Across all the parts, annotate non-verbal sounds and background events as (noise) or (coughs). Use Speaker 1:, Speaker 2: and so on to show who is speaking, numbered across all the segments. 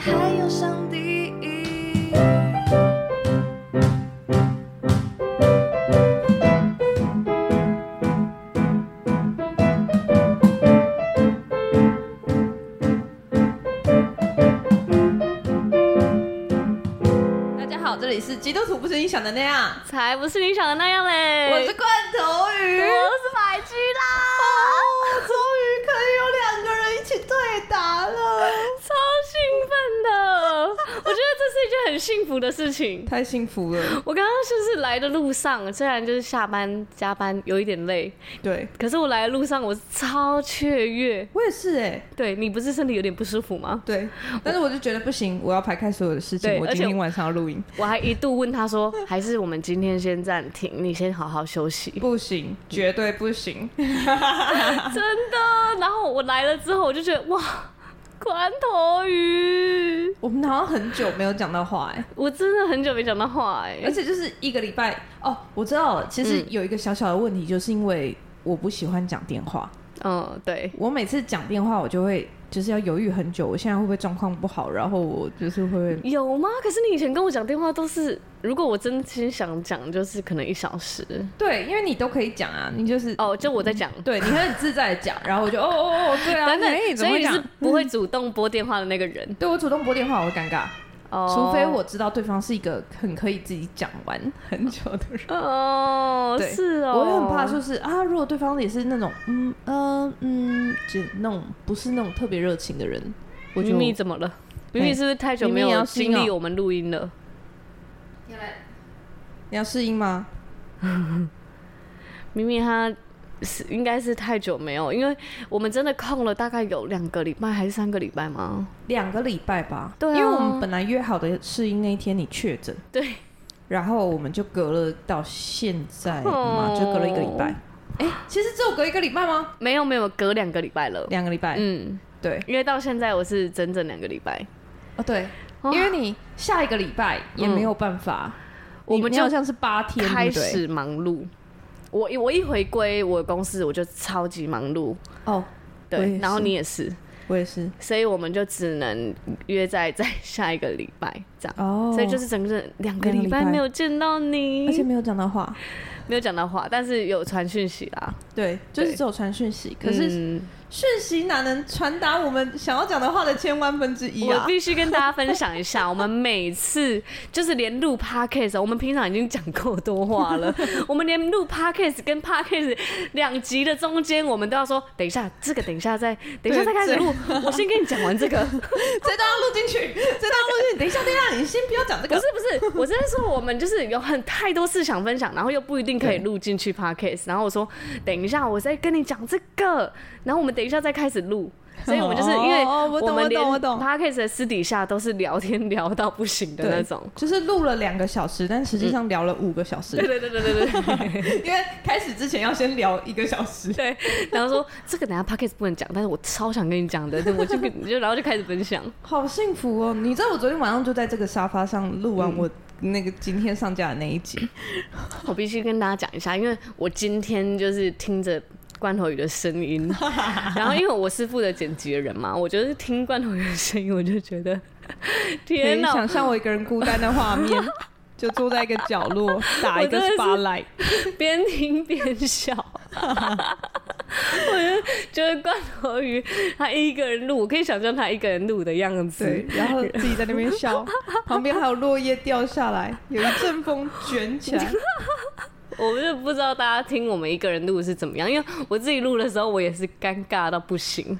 Speaker 1: 还有上帝。
Speaker 2: 大家好，这里是基督徒不是你想的那样，
Speaker 3: 才不是你想的那样嘞！
Speaker 2: 我是罐头鱼。
Speaker 3: 我是白居
Speaker 2: 哦
Speaker 3: 啦，
Speaker 2: 终于可以有两个人一起对答了，
Speaker 3: 超兴奋的，我觉得这是一件很幸福的事情。
Speaker 2: 太幸福了。
Speaker 3: 我刚刚就是来的路上，虽然就是下班加班有一点累，
Speaker 2: 对
Speaker 3: 可是我来的路上我是超雀跃。
Speaker 2: 我也是哎、
Speaker 3: 对你不是身体有点不舒服吗？
Speaker 2: 对，但是我就觉得不行，我要排开所有的事情。
Speaker 3: 对
Speaker 2: 我
Speaker 3: 而且
Speaker 2: 今天
Speaker 3: 我
Speaker 2: 晚上要录音，
Speaker 3: 我还一度问他说，还是我们今天先暂停，你先好好休
Speaker 2: (laughs)
Speaker 3: 息。
Speaker 2: 不行，绝对不行。
Speaker 3: 真的，然后我来了之后，我就觉得哇，关头鱼，
Speaker 2: 我们好像很久没有讲到话哎、
Speaker 3: 我真的很久没讲到话哎、
Speaker 2: 而且就是一个礼拜哦。我知道了，其实有一个小小的问题，就是因为我不喜欢讲电话。
Speaker 3: 嗯，对，
Speaker 2: 我每次讲电话，我就会就是要犹豫很久，我现在会不会状况不好，然后我就是会
Speaker 3: 有吗？可是你以前跟我讲电话都是，如果我真心想讲，就是可能一小时
Speaker 2: 对，因为你都可以讲啊，你就是
Speaker 3: 哦，就我在讲。
Speaker 2: 对，你很自在的讲，然后我就哦哦嗯哦，对 (laughs) 啊，
Speaker 3: 等
Speaker 2: 哎
Speaker 3: 等，所
Speaker 2: 怎么
Speaker 3: 以
Speaker 2: 会
Speaker 3: 你是
Speaker 2: 讲？
Speaker 3: 不会主动拨电话的那个人
Speaker 2: 对我主动拨电话，我会尴尬，
Speaker 3: 哦，
Speaker 2: 嗯除非我知道对方是一个很可以自己讲完很久的人。
Speaker 3: 哦，
Speaker 2: 对
Speaker 3: 是哦，
Speaker 2: 我也很怕，就是啊，如果对方也是那种嗯呃嗯，就那种不是那种特别热情的人，我
Speaker 3: 咪
Speaker 2: 就
Speaker 3: 咪怎么了？咪咪是不是太久
Speaker 2: 咪
Speaker 3: 没
Speaker 2: 咪
Speaker 3: 有
Speaker 2: 要信
Speaker 3: 经历
Speaker 2: 哦
Speaker 3: 我们录音了？
Speaker 2: 你要试音吗？
Speaker 3: 明明他是应该是太久没有，因为我们真的空了大概有两个礼拜还是三个礼拜吗？
Speaker 2: 两个礼拜吧，
Speaker 3: 对啊
Speaker 2: 因为我们本来约好的试音那一天你确诊，
Speaker 3: 对，
Speaker 2: 然后我们就隔了到现在嘛，
Speaker 3: 哦
Speaker 2: 就隔了一个礼拜。哎、其实只有隔一个礼拜吗？
Speaker 3: 没有没有，隔两个礼拜了。
Speaker 2: 两个礼拜，
Speaker 3: 嗯，
Speaker 2: 对，
Speaker 3: 因为到现在我是整整两个礼拜，
Speaker 2: 哦对，
Speaker 3: 哦
Speaker 2: 因为你下一个礼拜也没有办法，
Speaker 3: 嗯我们
Speaker 2: 你
Speaker 3: 就
Speaker 2: 好像是八天，
Speaker 3: 开
Speaker 2: 对不对
Speaker 3: 始忙碌。我一我一回归我的公司，我就超级忙碌，
Speaker 2: 哦，我也
Speaker 3: 对，
Speaker 2: 是
Speaker 3: 然后你也是，
Speaker 2: 我也是
Speaker 3: 所以我们就只能约在在 (laughs) 下一个礼拜这样。
Speaker 2: 哦，
Speaker 3: 所以就是整整两个
Speaker 2: 两个
Speaker 3: 礼
Speaker 2: 礼
Speaker 3: 拜
Speaker 2: 拜
Speaker 3: 没有见到你
Speaker 2: 而，且没有讲到话，
Speaker 3: 没有讲到话，但是有传讯息啦。
Speaker 2: 对，就是
Speaker 3: 对
Speaker 2: 只有传讯息，可是
Speaker 3: 嗯
Speaker 2: 讯息哪能传达我们想要讲的话的千万分之一
Speaker 3: 我
Speaker 2: 啊？
Speaker 3: 必须跟大家分享一下，我们每次就是连录 podcast，我们平常已经讲够多话
Speaker 2: (laughs)
Speaker 3: 了，我们连录 podcast 跟 podcast 两集的中间，我们都要说等一下，这个等一下再，等一下再开始录，我先跟你讲完这
Speaker 2: (laughs)
Speaker 3: 个，
Speaker 2: 这段要录进去，这段要录进去，等一下，等一下，你先不要讲这
Speaker 3: 不
Speaker 2: 个
Speaker 3: 是。不是，我真的说我们就是有很太多事想分享，然后又不一定可以录进去 podcast，然后我说等一下我再跟你讲这个，然后我们等一下再开始录。所以我们就是因为
Speaker 2: 哦我懂
Speaker 3: 们连
Speaker 2: 我懂我懂
Speaker 3: podcast 的私底下都是聊天聊到不行的
Speaker 2: 对
Speaker 3: 那种，嗯
Speaker 2: 就是录了两个小时，但实际上聊了五个小时，
Speaker 3: 对对对对对对
Speaker 2: (laughs) 因为开始之前要先聊一个小时。
Speaker 3: 对，然后说这个等下 podcast 不能讲，但是我超想跟你讲
Speaker 2: (laughs)
Speaker 3: 的，对我就跟你就然后就开始分享，
Speaker 2: 好幸福哦！你知道我昨天晚上就在这个沙发上
Speaker 3: 嗯
Speaker 2: 录完我那个今天上架的那一集，
Speaker 3: 我必须跟大家讲一下，因为我今天就是听着。罐头鱼的声
Speaker 2: (laughs)
Speaker 3: 音，然后因为我是负责剪辑的人嘛，我就是听罐头鱼的声音，我就觉
Speaker 2: (laughs)
Speaker 3: 得
Speaker 2: 可
Speaker 3: 天
Speaker 2: 以
Speaker 3: 哪
Speaker 2: 想，象我一个人孤单的
Speaker 3: (laughs)
Speaker 2: 画面，就坐在一个角落打一个
Speaker 3: 我真的是
Speaker 2: spotlight。
Speaker 3: 边听边
Speaker 2: (laughs)
Speaker 3: 笑。我就觉得罐头鱼他一个人录，我可以想象他一个人录的样子。
Speaker 2: 对，
Speaker 3: (laughs)
Speaker 2: 然后自己在那边笑，旁边还有落叶掉下来，有一阵风卷起
Speaker 3: (laughs)
Speaker 2: 来。
Speaker 3: 我就不知道大家听我们一个人录是怎么样，因为我自己录的时候，我也是尴尬到不行。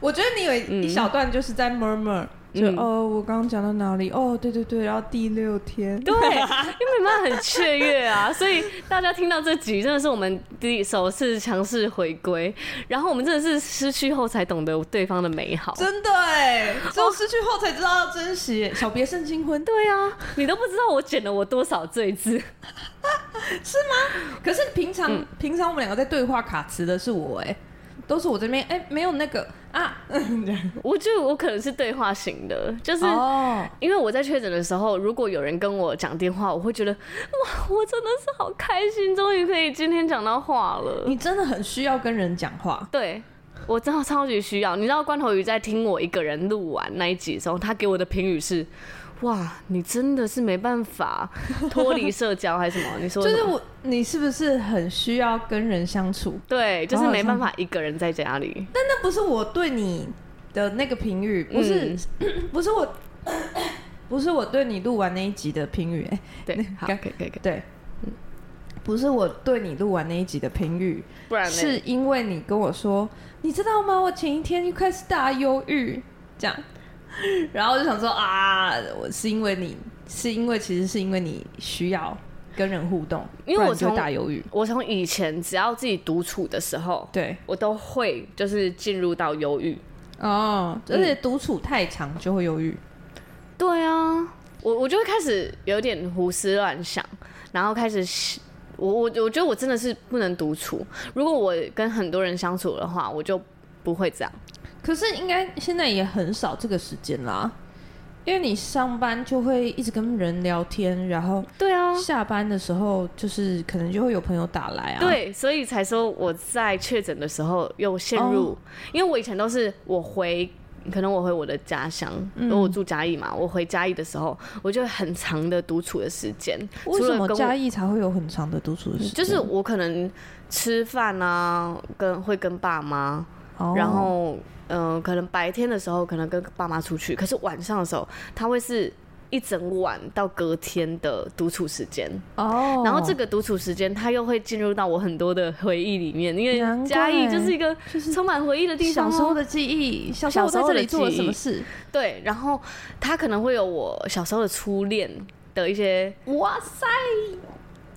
Speaker 2: 我觉得你有一一小段就是在 murmur，、就
Speaker 3: 嗯
Speaker 2: 哦，我刚刚讲到哪里？哦，对对对，然后第六天，
Speaker 3: 对，因为妈妈很雀跃啊，所以大家听到这集真的是我们第一首次强势回归，然后我们真的是失去后才懂得对方的美好。
Speaker 2: 真的哎，只有失去后才知道要珍惜耶。小别胜新婚，
Speaker 3: 对啊，你都不知道我剪了我多少罪字。
Speaker 2: (laughs) 可是平常、
Speaker 3: 嗯
Speaker 2: 平常我们两个在对话卡词的是我哎，都是我这边哎没有那个啊， (laughs) 嗯这样
Speaker 3: 我就我可能是对话型的，就是。
Speaker 2: 哦，
Speaker 3: 因为我在确诊的时候，如果有人跟我讲电话，我会觉得哇，我真的是好开心，终于可以今天讲到话了。
Speaker 2: 你真的很需要跟人讲话。
Speaker 3: 对，我真的超级需要。你知道关头鱼在听我一个人录完那一集的时候，他给我的评语是：哇，你真的是没办法脱离社交还是什么？你说
Speaker 2: 就是
Speaker 3: 什么
Speaker 2: 我，你是不是很需要跟人相处？
Speaker 3: 对，就是
Speaker 2: 哦好
Speaker 3: 没办
Speaker 2: 像
Speaker 3: 法一个人在家里。
Speaker 2: 那不是我对你的那个评语，
Speaker 3: 嗯
Speaker 2: 不是、不是我，不是我对你录完那一集的评语、哎
Speaker 3: 对，好，可以可以可以，
Speaker 2: 对，不是我对你录完那一集的评语，
Speaker 3: 不然呢
Speaker 2: 是因为你跟我说，你知道吗？我前一天就开始大忧郁，这样，然后我就想说啊，我是因为你，是因为其实是因为你需要跟人互动，
Speaker 3: 因为
Speaker 2: 不然
Speaker 3: 我
Speaker 2: 你就会
Speaker 3: 从
Speaker 2: 大忧郁，
Speaker 3: 我从以前只要自己独处的时候，
Speaker 2: 对，
Speaker 3: 我都会就是进入到忧郁。
Speaker 2: 哦，而且独处太长就会忧郁，
Speaker 3: 对啊，我我就会开始有点胡思乱想，然后开始想我我我觉得我真的是不能独处。如果我跟很多人相处的话，我就不会这样。
Speaker 2: 可是应该现在也很少这个时间啦。因为你上班就会一直跟人聊天，然后
Speaker 3: 对啊，
Speaker 2: 下班的时候就是可能就会有朋友打来啊，，
Speaker 3: 对，所以才说我在确诊的时候又陷入，
Speaker 2: 哦
Speaker 3: 因为我以前都是我回。可能我回我的家乡，
Speaker 2: 嗯
Speaker 3: 因为我住嘉义嘛。我回嘉义的时候，我就有很长的独处的时间。
Speaker 2: 为
Speaker 3: 除
Speaker 2: 什
Speaker 3: 了
Speaker 2: 么
Speaker 3: 跟我
Speaker 2: 嘉义才会有很长的独处的时间？
Speaker 3: 就是我可能吃饭啊，跟会跟爸妈，
Speaker 2: 哦
Speaker 3: 然后嗯、呃可能白天的时候可能跟爸妈出去，可是晚上的时候，他会是一整晚到隔天的独处时间，
Speaker 2: 哦，
Speaker 3: 然后这个独处时间，他又会进入到我很多的回忆里面，因
Speaker 2: 难
Speaker 3: 为
Speaker 2: 怪
Speaker 3: 嘉义就是一个充满回忆的地方、
Speaker 2: 小
Speaker 3: 哦。
Speaker 2: 时候的记忆，小时
Speaker 3: 小
Speaker 2: 候我
Speaker 3: 时
Speaker 2: 在
Speaker 3: 候
Speaker 2: 这
Speaker 3: 的
Speaker 2: 里做了
Speaker 3: 记忆
Speaker 2: 什么事？
Speaker 3: 对，然后他可能会有我小时候的初恋的一些
Speaker 2: 哇塞，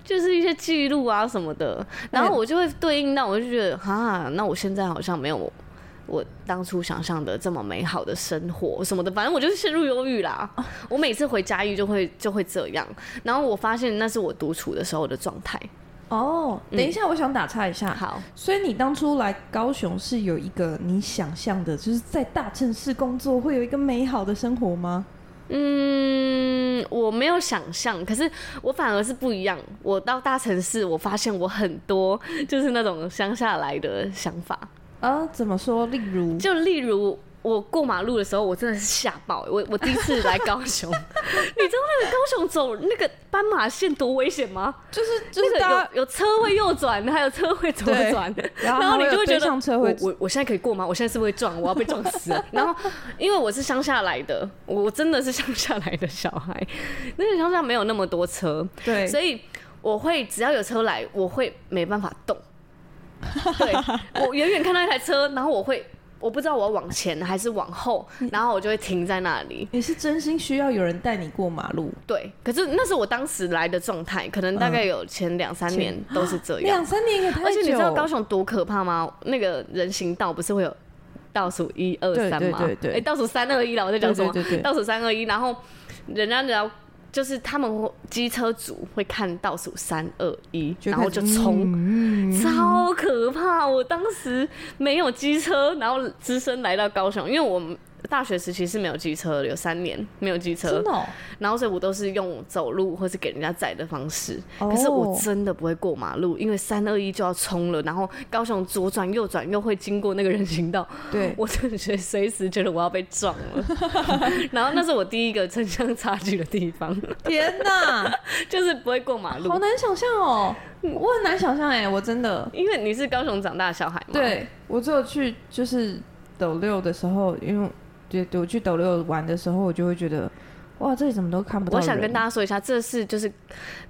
Speaker 3: 就是一些记录啊什么的，然后我就会对应到，我就觉得哈，那我现在好像没有我当初想象的这么美好的生活什么的，反正我就是陷入忧郁啦。
Speaker 2: 哦
Speaker 3: 我每次回家郁就会就会这样，然后我发现那是我独处的时候的状态。
Speaker 2: 哦，等一下，我想打岔一下。
Speaker 3: 嗯好，
Speaker 2: 所以你当初来高雄是有一个你想象的，就是在大城市工作会有一个美好的生活吗？
Speaker 3: 嗯，我没有想象，可是我反而是不一样。我到大城市，我发现我很多就是那种乡下来的想法。
Speaker 2: 啊，怎么说？例如，
Speaker 3: 就例如我过马路的时候，我真的是吓爆、我我第一次来高雄，你知道那个高雄走那个斑马线多危险吗？
Speaker 2: 就是就
Speaker 3: 那
Speaker 2: 是大
Speaker 3: 个
Speaker 2: 家
Speaker 3: 有有车会右转，还有车会左转，
Speaker 2: 然后
Speaker 3: 你
Speaker 2: 还会有
Speaker 3: 就会觉
Speaker 2: 对
Speaker 3: 得
Speaker 2: 向车
Speaker 3: 我
Speaker 2: 会
Speaker 3: 我我现在可以过吗？我现在是不是会撞，我要被撞死了。然后因为我是乡下来的，我真的是乡下来的小孩，那个乡下没有那么多车，
Speaker 2: 对，
Speaker 3: 所以我会只要有车来，我会没办法
Speaker 2: (laughs)
Speaker 3: 动。对我远远看到一台车，然后我会我不知道我要往前还是往后，
Speaker 2: 嗯
Speaker 3: 然后我就会停在那里。
Speaker 2: 你是真心需要有人带你过马路。
Speaker 3: 对，可是那是我当时来的状态，可能
Speaker 2: 嗯
Speaker 3: 大概有前两三年都是这样
Speaker 2: 两。三年也太久，
Speaker 3: 而且你知道高雄多可怕吗？那个人行道不是会有倒数一二
Speaker 2: 对
Speaker 3: 三
Speaker 2: 对
Speaker 3: 吗？
Speaker 2: 对对
Speaker 3: 诶倒数三二一了，我在讲什么？
Speaker 2: 对对对对
Speaker 3: 倒数三二一，然后人家只要就是他们会机车组会看倒数三二一，
Speaker 2: 就
Speaker 3: 然后就
Speaker 2: 开始
Speaker 3: 冲。
Speaker 2: 嗯
Speaker 3: 超可怕！我当时没有机车，然后只身来到高雄，因为我们大学时期是没有机车的，有三年没有机车
Speaker 2: 真，的哦、
Speaker 3: 然后所以我都是用走路或是给人家载的方式。
Speaker 2: 哦
Speaker 3: 可是我真的不会过马路，因为三二一就要冲了，然后高雄左转右转又会经过那个人行道，
Speaker 2: 对，
Speaker 3: (laughs) 我真的觉得随时觉得我要被撞了。 (laughs) 然后那是我第一个城乡差距的地方， (laughs)
Speaker 2: 天哪，
Speaker 3: 就是不会过马
Speaker 2: 好
Speaker 3: 路。
Speaker 2: 难想象哦，
Speaker 3: 嗯
Speaker 2: 我很难想象哎、我真的，
Speaker 3: 因为你是高雄长大的小孩嘛，，
Speaker 2: 对我只有去就是斗六的时候，因为对对我去斗六玩的时候，我就会觉得哇，这里怎么都看不到
Speaker 3: 我
Speaker 2: 人。
Speaker 3: 想跟大家说一下，这是就是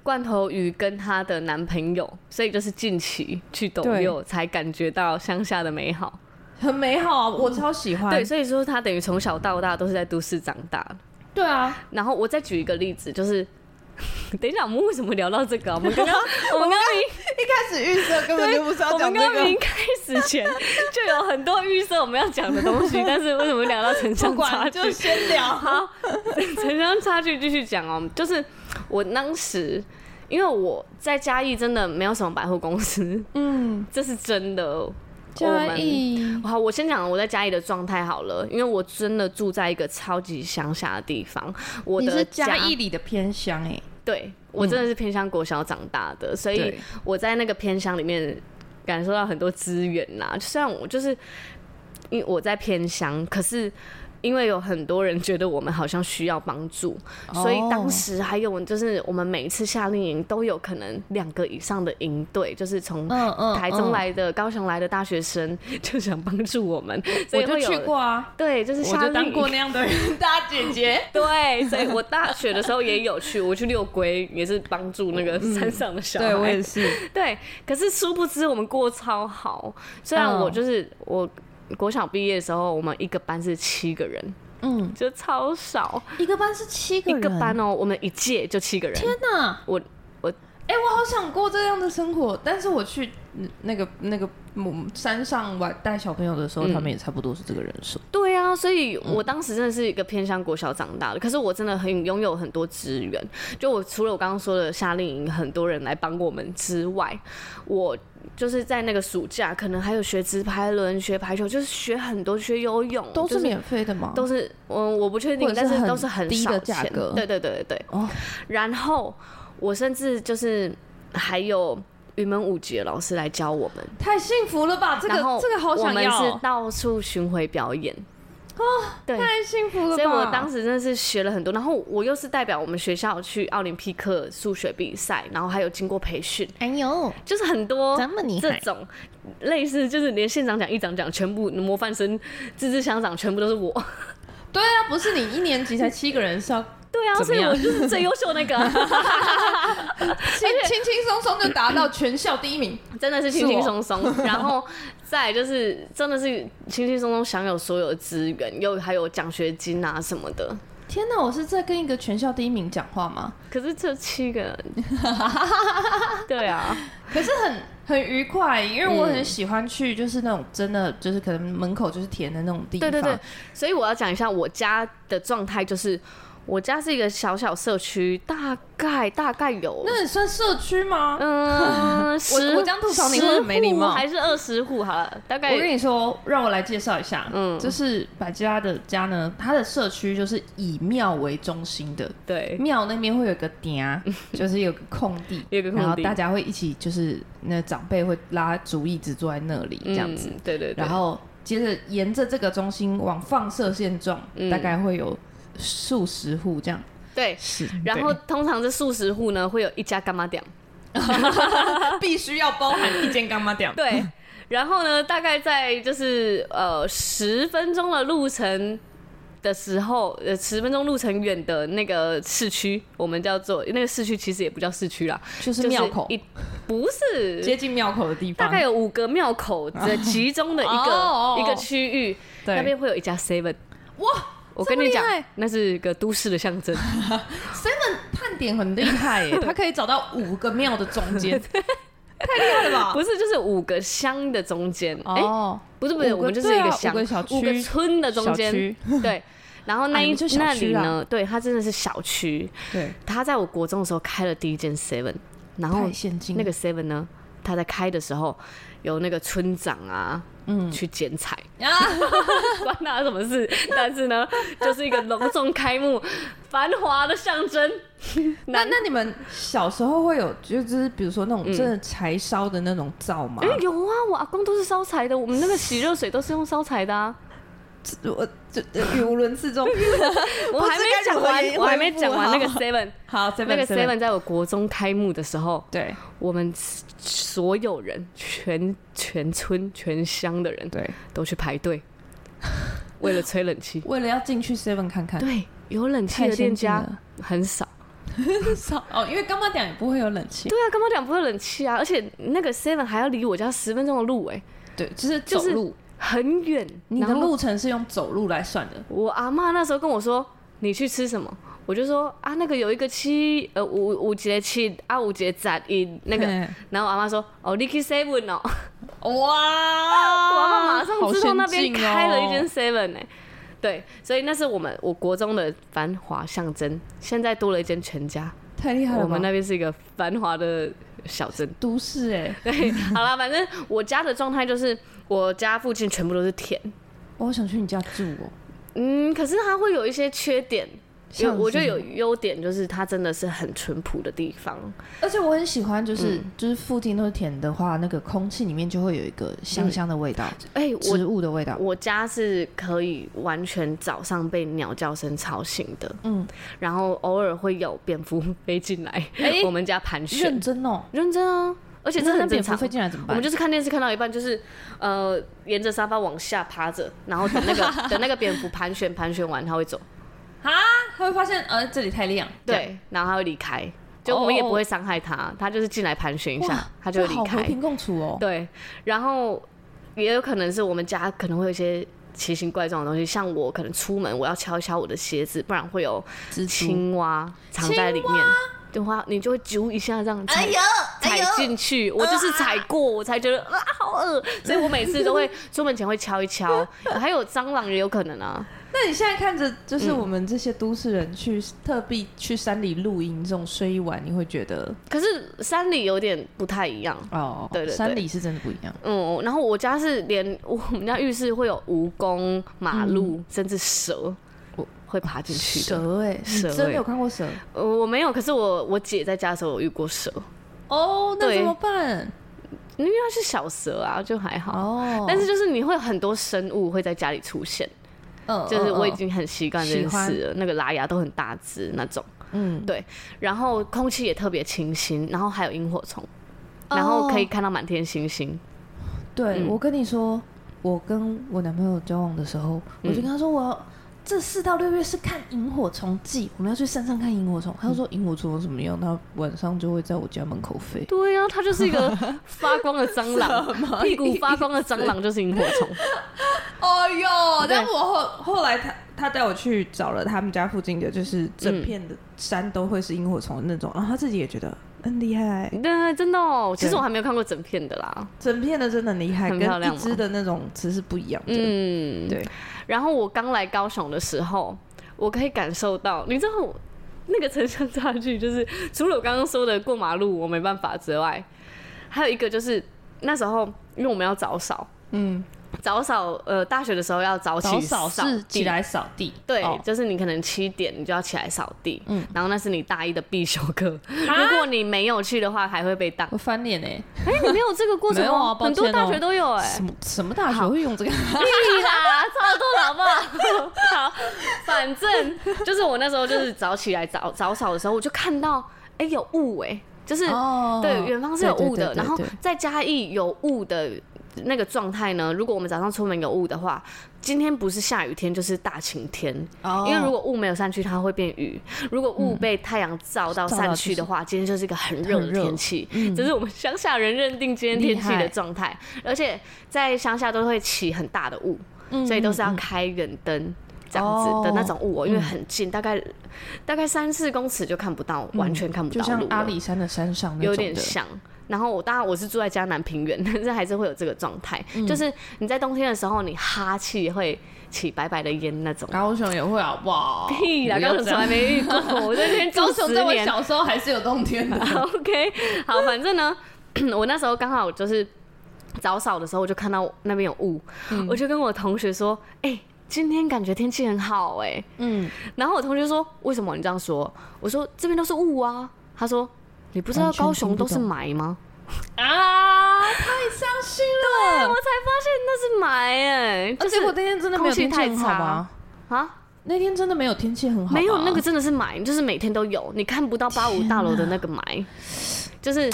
Speaker 3: 罐头鱼跟她的男朋友，所以就是近期去斗
Speaker 2: 对
Speaker 3: 六才感觉到乡下的美好。
Speaker 2: 很美好啊，我超喜
Speaker 3: 嗯
Speaker 2: 欢。
Speaker 3: 对，所以说她等于从小到大都是在都市长大。
Speaker 2: 对啊，
Speaker 3: 然后我再举一个例子，就是 (laughs) 等一下我们为什么聊到这
Speaker 2: (laughs)
Speaker 3: 个啊、我们刚刚我们刚刚
Speaker 2: 一开始预设根本就不 (laughs) 是
Speaker 3: 我们刚刚明开始前就有很多预设我们要讲的东
Speaker 2: (laughs)
Speaker 3: 西，但是为什么聊到城乡差距？
Speaker 2: 先聊。
Speaker 3: 好，城乡差距继续讲哦，就是我当时。因为我在嘉义真的没有什么百货公司，
Speaker 2: 嗯，
Speaker 3: 这是真的。哦
Speaker 2: 嘉义
Speaker 3: 我们好，我先讲我在嘉义的状态好了，因为我真的住在一个超级乡下的地方。我
Speaker 2: 你
Speaker 3: 的
Speaker 2: 是嘉义，里的偏乡哎、
Speaker 3: 对我真的是偏乡国小长大的，所以
Speaker 2: 对
Speaker 3: 我在那个偏乡里面感受到很多资源呐、虽然我就是因为我在偏乡，可是因为有很多人觉得我们好像需要帮助，所以
Speaker 2: 哦
Speaker 3: 当时还有就是我们每一次夏令营都有可能两个以上的营队，就是从
Speaker 2: 嗯嗯
Speaker 3: 台中
Speaker 2: 嗯
Speaker 3: 来的、高雄来的大学生 (laughs) 就想帮助我们，所
Speaker 2: 我
Speaker 3: 以
Speaker 2: 就
Speaker 3: 会有
Speaker 2: 去过啊，
Speaker 3: 对，就是
Speaker 2: 我
Speaker 3: 夏
Speaker 2: 就
Speaker 3: 令
Speaker 2: 当
Speaker 3: 营 (laughs)
Speaker 2: 过那样的人，大姐姐。
Speaker 3: 对，所以我大学的时候也有去，我去六龟也是帮助那
Speaker 2: 嗯
Speaker 3: 个 (laughs) 山上的小孩。
Speaker 2: 是。
Speaker 3: 对，可是殊不知我们过超好，虽然我
Speaker 2: 嗯
Speaker 3: 就是、我。国小毕业的时候，我们一个班是七个人，
Speaker 2: 嗯，
Speaker 3: 就超少。
Speaker 2: 一个班是七个
Speaker 3: 一
Speaker 2: 人，
Speaker 3: 个班哦、我们一届就七个人。
Speaker 2: 天哪！
Speaker 3: 我
Speaker 2: (laughs) 哎、我好想过这样的生活，但是我去嗯那个那个嗯山上玩带小朋友的时候，
Speaker 3: 嗯
Speaker 2: 他们也差不多是这个人数。
Speaker 3: 对啊，所以
Speaker 2: 嗯
Speaker 3: 我当时真的是一个偏向国小长大的，可是我真的很拥有很多资源。就我除了我刚刚说的夏令营，很多人来帮我们之外，我就是在那个暑假，可能还有学直拍轮、学排球，就是学很多学游泳，
Speaker 2: 都
Speaker 3: 就是
Speaker 2: 免费的吗？
Speaker 3: 都是嗯，我不确
Speaker 2: 或
Speaker 3: 定，
Speaker 2: 者是
Speaker 3: 但是
Speaker 2: 很
Speaker 3: 都是很
Speaker 2: 低
Speaker 3: 少
Speaker 2: 的价
Speaker 3: 钱
Speaker 2: 格
Speaker 3: 对对对对对。
Speaker 2: 哦，
Speaker 3: 然后我甚至就是还有云门舞集的老师来教我们。
Speaker 2: 太幸福了吧！这个
Speaker 3: 然后
Speaker 2: 这个好想
Speaker 3: 我们是
Speaker 2: 要，哦
Speaker 3: 到处巡回表演哦，对。
Speaker 2: 太幸福了
Speaker 3: 所
Speaker 2: 吧！
Speaker 3: 以我当时真的是学了很多，然后我又是代表我们学校去奥林匹克数学比赛，然后还有经过培训，
Speaker 2: 哎呦，
Speaker 3: 就是很多
Speaker 2: 么厉
Speaker 3: 这种类似，就是连县长奖、议长奖全部模范生、自治乡长全部都是我。 (laughs)
Speaker 2: 对啊，不是你一年级才七个人，是要
Speaker 3: 对啊，
Speaker 2: 怎
Speaker 3: 所
Speaker 2: 么
Speaker 3: 以
Speaker 2: 样
Speaker 3: 我就是最优秀那个，啊
Speaker 2: (laughs) 轻轻轻松松就达到全校第一名。
Speaker 3: 真的是轻轻松松。然后再来就是真的是轻轻松松享有所有的资源，又还有奖学金啊什么的。
Speaker 2: 天哪，我是在跟一个全校第一名讲话吗？
Speaker 3: 可是这七个
Speaker 2: (laughs)
Speaker 3: 人，对啊，
Speaker 2: 可是很很愉快，因为我很喜欢去，就是那种真的就是可能门口就是田的那种地
Speaker 3: 对
Speaker 2: 方。
Speaker 3: 对对，所以我要讲一下我家的状态，就是我家是一个小小社区，大概大概有
Speaker 2: 那你算社区吗？
Speaker 3: 嗯十
Speaker 2: (laughs) 我这样吐槽你会很没礼
Speaker 3: 十
Speaker 2: 貌
Speaker 3: 户还是二十户好了，大
Speaker 2: 我跟
Speaker 3: 概
Speaker 2: 你说，让我来介绍一下，
Speaker 3: 嗯
Speaker 2: 嗯，就是百吉拉的家呢，它的社区就是以庙为中心的，
Speaker 3: 对
Speaker 2: 庙那边会有个
Speaker 3: (laughs)
Speaker 2: 嗲，就是有个空地，
Speaker 3: 有个空地
Speaker 2: 然后大家会一起，就是那长辈会拉竹椅子坐在那里这样子，
Speaker 3: 嗯对对对，
Speaker 2: 然后接着沿着这个中心往放射线状，
Speaker 3: 嗯
Speaker 2: 大概会有数十户这样，
Speaker 3: 对。
Speaker 2: 是，
Speaker 3: 然后通常这数十户呢，会有一家干妈店，
Speaker 2: (laughs) 必须要包含一间干妈店，
Speaker 3: 对。然后呢，大概在就是呃十分钟的路程的时候，呃十分钟路程远的那个市区，我们叫做那个市区其实也不叫市区啦，
Speaker 2: 就是庙口
Speaker 3: 就是一不是，
Speaker 2: 接近庙口的地方，
Speaker 3: 大概有五个庙口的其中的一
Speaker 2: 哦哦
Speaker 3: 个
Speaker 2: 哦
Speaker 3: 一个区域，
Speaker 2: 对
Speaker 3: 那边会有一家 Seven。
Speaker 2: 哇。
Speaker 3: 我跟你
Speaker 2: 这
Speaker 3: 讲
Speaker 2: 么厉害，
Speaker 3: 那是一个都市的象征。
Speaker 2: Seven 探点很厉害 (laughs) 耶，他可以找到五个庙的中 (laughs) 间，太厉害了吧？
Speaker 3: 不是，就是五个乡的中间。哎、
Speaker 2: 哦，
Speaker 3: 不是不是，
Speaker 2: 五个
Speaker 3: 我们就是一
Speaker 2: 对啊
Speaker 3: 乡、
Speaker 2: 五个小区
Speaker 3: 五个村的中
Speaker 2: 小
Speaker 3: 间
Speaker 2: 区。
Speaker 3: 对，然后那
Speaker 2: 啊你
Speaker 3: 一、
Speaker 2: 们就小
Speaker 3: 那
Speaker 2: 区
Speaker 3: 里
Speaker 2: 啦
Speaker 3: 呢，对，它真的是小区。
Speaker 2: 对，
Speaker 3: 他在我国中的时候开了第一间 Seven，然后
Speaker 2: 太先进了
Speaker 3: 那个 Seven 呢，他在开的时候有那个村长啊，嗯，去剪彩，
Speaker 2: 啊，
Speaker 3: 关他什么事？ (laughs) 但是呢，就是一个隆重开幕、繁华的象征。
Speaker 2: (laughs) 那那你们小时候会有就是比如说那种真的柴烧的那种灶吗
Speaker 3: 哎、？有啊，我阿公都是烧柴的，我们那个洗热水都是用烧柴的 (laughs) 啊。
Speaker 2: 我这这语无伦次 (laughs) 中，
Speaker 3: 我还没讲
Speaker 2: 不知该如
Speaker 3: 完，
Speaker 2: 何
Speaker 3: 我还没讲完那个
Speaker 2: 回
Speaker 3: Seven，
Speaker 2: 好
Speaker 3: (laughs) 那个
Speaker 2: Seven
Speaker 3: Seven 在我国中开幕的时候，
Speaker 2: 对
Speaker 3: 我们所有人全全村全乡的人
Speaker 2: 对，
Speaker 3: 都去排 (laughs) 队，为了吹冷气。
Speaker 2: 为了要进去 Seven 看看，
Speaker 3: 对，有冷气
Speaker 2: 太
Speaker 3: 的
Speaker 2: 先
Speaker 3: 店家
Speaker 2: 进了
Speaker 3: 很少。
Speaker 2: 哦，因为干妈店也不会有冷气，
Speaker 3: 对啊，干嘛讲不会冷气啊？而且那个 Seven 还要离我家十分钟的路、哎，
Speaker 2: 对，就是
Speaker 3: 就
Speaker 2: 走
Speaker 3: 是
Speaker 2: 路，
Speaker 3: 很远。
Speaker 2: 你的
Speaker 3: 然后
Speaker 2: 路程是用走路来算的，
Speaker 3: 我阿妈那时候跟我说：“你去吃什么？”我就说：“啊，那个有一个七呃五五节七啊五节杂音那个。
Speaker 2: 嘿”
Speaker 3: 然后我阿妈说：“哦，你去 Seven 哦。
Speaker 2: 哇
Speaker 3: (laughs)
Speaker 2: 啊
Speaker 3: 我阿妈马上知道那边
Speaker 2: 哦
Speaker 3: 开了一
Speaker 2: 间。
Speaker 3: 间 Seven 哎、对，所以那是我们我国中的繁华象征。现在多了一间全家，
Speaker 2: 太厉害了吧！
Speaker 3: 我们那边是一个繁华的小镇。
Speaker 2: 都市哎、
Speaker 3: 对，好啦，反正我家的状态就是我家附近全部都是田，
Speaker 2: 我好想去你家住哦、
Speaker 3: 嗯，可是它会有一些缺点，有
Speaker 2: 像
Speaker 3: 我觉得
Speaker 2: 是
Speaker 3: 有优点，就是它真的是很淳朴的地方，
Speaker 2: 而且我很喜欢，就是、
Speaker 3: 嗯
Speaker 2: 就是附近都是田的话，那个空气里面就会有一个香香的味道，
Speaker 3: 哎、我
Speaker 2: 植物的味道。
Speaker 3: 我家是可以完全早上被鸟叫声吵醒的，
Speaker 2: 嗯，
Speaker 3: 然后偶尔会有蝙蝠 (laughs) 飞进来、
Speaker 2: 哎
Speaker 3: 我们家盘旋
Speaker 2: 认，真哦，
Speaker 3: 认真啊，而且这很
Speaker 2: 那
Speaker 3: 正
Speaker 2: 蝙蝠
Speaker 3: 常。
Speaker 2: 飞进来怎么
Speaker 3: 我
Speaker 2: 办？
Speaker 3: 们就是看电视看到一半，就是呃沿着沙发往下趴着，然后等那个
Speaker 2: (laughs)
Speaker 3: 等那个蝙蝠盘旋盘旋完，它会走，
Speaker 2: 他会发现，呃，这里太亮，这样，
Speaker 3: 对，然后它会离开，就我们也不会伤害它，它就是进来盘旋一下
Speaker 2: 哦哇，，
Speaker 3: 它就会
Speaker 2: 这
Speaker 3: 离
Speaker 2: 好和
Speaker 3: 开。
Speaker 2: 平共处哦。
Speaker 3: 对，然后也有可能是我们家可能会有一些奇形怪状的东西，像我可能出门我要敲一敲我的鞋子，不然会有
Speaker 2: 蜘蛛，
Speaker 3: 青蛙藏在里面。的话，你就会揪一下这样踩、
Speaker 2: 哎
Speaker 3: 踩
Speaker 2: 呦
Speaker 3: 进去，我就是踩过，我才觉得啊好恶，所以我每次都
Speaker 2: (laughs)
Speaker 3: 会出门前会敲一敲，还有蟑螂也有可能啊，
Speaker 2: 那你现在看着，就是
Speaker 3: 嗯
Speaker 2: 我们这些都市人去特地去山里露营，这种睡一晚，你会觉得
Speaker 3: 可是山里有点不太一样，
Speaker 2: 哦，
Speaker 3: 对对对
Speaker 2: 山里是真的不一样。
Speaker 3: 嗯，然后我家是连我们家浴室会有蜈蚣、马路，甚至蛇
Speaker 2: 我，
Speaker 3: 会爬进去的。
Speaker 2: 蛇哎、你
Speaker 3: 嗯蛇
Speaker 2: 真的
Speaker 3: 欸
Speaker 2: 有看过蛇？
Speaker 3: 呃，我没有，可是我我姐在家的时候有遇过蛇，
Speaker 2: 哦，那
Speaker 3: 对
Speaker 2: 怎么办？
Speaker 3: 因为它是小蛇啊，就还好。
Speaker 2: 哦，
Speaker 3: 但是就是你会有很多生物会在家里出现，
Speaker 2: 嗯
Speaker 3: 就是我已，
Speaker 2: 嗯
Speaker 3: 经很习惯这
Speaker 2: 喜
Speaker 3: 件
Speaker 2: 欢
Speaker 3: 事了。那个拉牙都很大只那种，
Speaker 2: 嗯，
Speaker 3: 然后空气也特别清新，然后还有萤火虫，然后可以
Speaker 2: 哦
Speaker 3: 看到满天星星。
Speaker 2: 对，
Speaker 3: 嗯
Speaker 2: 我跟你说，我跟我男朋友交往的时候，我就跟他说我要。这四到六月是看萤火虫季，我们要去山上看萤火虫。他就说萤火虫有什么样？他晚上就会在我家门口飞。
Speaker 3: 对啊，它就是一 (laughs) 个发光的蟑螂，屁股发光的蟑螂就是萤火虫。
Speaker 2: 哦哟！
Speaker 3: 对
Speaker 2: 但我后后来他他带我去找了他们家附近的，就是整片的山都会是萤火虫的那种，然后他自己也觉得很厉害，
Speaker 3: 对，真的哦。其实
Speaker 2: 对
Speaker 3: 我还没有看过整片的啦。
Speaker 2: 整片的真的很厉害，
Speaker 3: 很
Speaker 2: 跟
Speaker 3: 漂亮
Speaker 2: 一
Speaker 3: 吗
Speaker 2: 只的那种词是不一样的。
Speaker 3: 嗯，
Speaker 2: 对。
Speaker 3: 然后我刚来高雄的时候，我可以感受到，你知道我那个城乡差距，就是除了我刚刚说的过马路我没办法之外，还有一个就是那时候因为我们要早扫，
Speaker 2: 嗯，
Speaker 3: 早扫呃大学的时候要早起地
Speaker 2: 扫地，
Speaker 3: 对，
Speaker 2: 哦
Speaker 3: 就是你可能七点你就要起来扫地，
Speaker 2: 嗯
Speaker 3: 然后那是你大一的必修课，如果你没有去的话，还会被当。
Speaker 2: 我翻脸哎、
Speaker 3: 哎、你 (laughs) 没有这个过程
Speaker 2: 没有啊
Speaker 3: 吗？
Speaker 2: 抱
Speaker 3: 很多
Speaker 2: 歉
Speaker 3: 大
Speaker 2: 哦
Speaker 3: 学都有哎、
Speaker 2: 什么什么大学
Speaker 3: 好
Speaker 2: 会用
Speaker 3: (laughs)
Speaker 2: 这个？
Speaker 3: 屁啦，超多了好不好？ (laughs) 好，反正就是我那时候就是早起来早早扫的时候，我就看到哎、有雾哎、就是、
Speaker 2: 哦
Speaker 3: 对远方是有雾的，然后
Speaker 2: 对对
Speaker 3: 在嘉义有雾的那个状态呢，如果我们早上出门有雾的话，今天不是下雨天就是大晴天，
Speaker 2: 哦嗯
Speaker 3: 因为如果雾没有散去，它会变雨；如果雾被太阳照到
Speaker 2: 照到
Speaker 3: 散
Speaker 2: 就
Speaker 3: 去
Speaker 2: 是
Speaker 3: 的话，今天就是一个很热的
Speaker 2: 很热嗯
Speaker 3: 天气。这是我们乡下人认定今天
Speaker 2: 厉
Speaker 3: 天气的
Speaker 2: 害
Speaker 3: 状态，而且在乡下都会起很大的雾，
Speaker 2: 嗯
Speaker 3: 所以都是要
Speaker 2: 嗯嗯嗯
Speaker 3: 开远灯这样子的那种雾、哦，因为很近，大概大概三四公尺就看不到，完全看不
Speaker 2: 嗯就
Speaker 3: 到
Speaker 2: 像
Speaker 3: 路
Speaker 2: 阿
Speaker 3: 了，
Speaker 2: 里山的山上那
Speaker 3: 有
Speaker 2: 种
Speaker 3: 点
Speaker 2: 的，
Speaker 3: 像。然后我当然我是住在江南平原， (laughs) 但是还是会有这个状态，就是你在冬天的时候，你哈气会起白白的烟那种。
Speaker 2: 高雄也会啊好不好？
Speaker 3: 啊 (laughs) 屁啦，
Speaker 2: 不要
Speaker 3: 高雄
Speaker 2: 这
Speaker 3: 从
Speaker 2: 样
Speaker 3: 来没遇过，我在这边 (laughs) 住十年。
Speaker 2: 时候还是有冬
Speaker 3: (laughs)
Speaker 2: 天的。
Speaker 3: OK，好，反正呢， (clears throat) 我那时候刚好就是早扫的时候，我就看到那边有雾，我就跟我同学说：“哎、今天感觉天气很好哎、
Speaker 2: 嗯，
Speaker 3: 然后我同学说：“为什么你这样说？”我说：“这边都是雾啊。”他说：“你不知道
Speaker 2: 完全
Speaker 3: 高雄
Speaker 2: 听不
Speaker 3: 都是
Speaker 2: 懂
Speaker 3: 霾吗
Speaker 2: 啊，太伤心？”
Speaker 3: 对，啊我
Speaker 2: 了。
Speaker 3: 才发现那是霾哎、
Speaker 2: 而
Speaker 3: 就是
Speaker 2: 且我那天真的没有天气很好
Speaker 3: 空
Speaker 2: 吗？
Speaker 3: 啊，
Speaker 2: 那天真的没有天气很好吧，
Speaker 3: 没有那个真的是霾，就是每天都有，你看不到八五大楼的那个霾，就是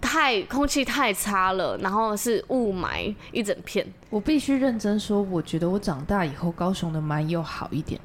Speaker 3: 太空气太差了，然后是雾霾一整片。
Speaker 2: 我必须认真说，我觉得我长大以后高雄的霾又好一点。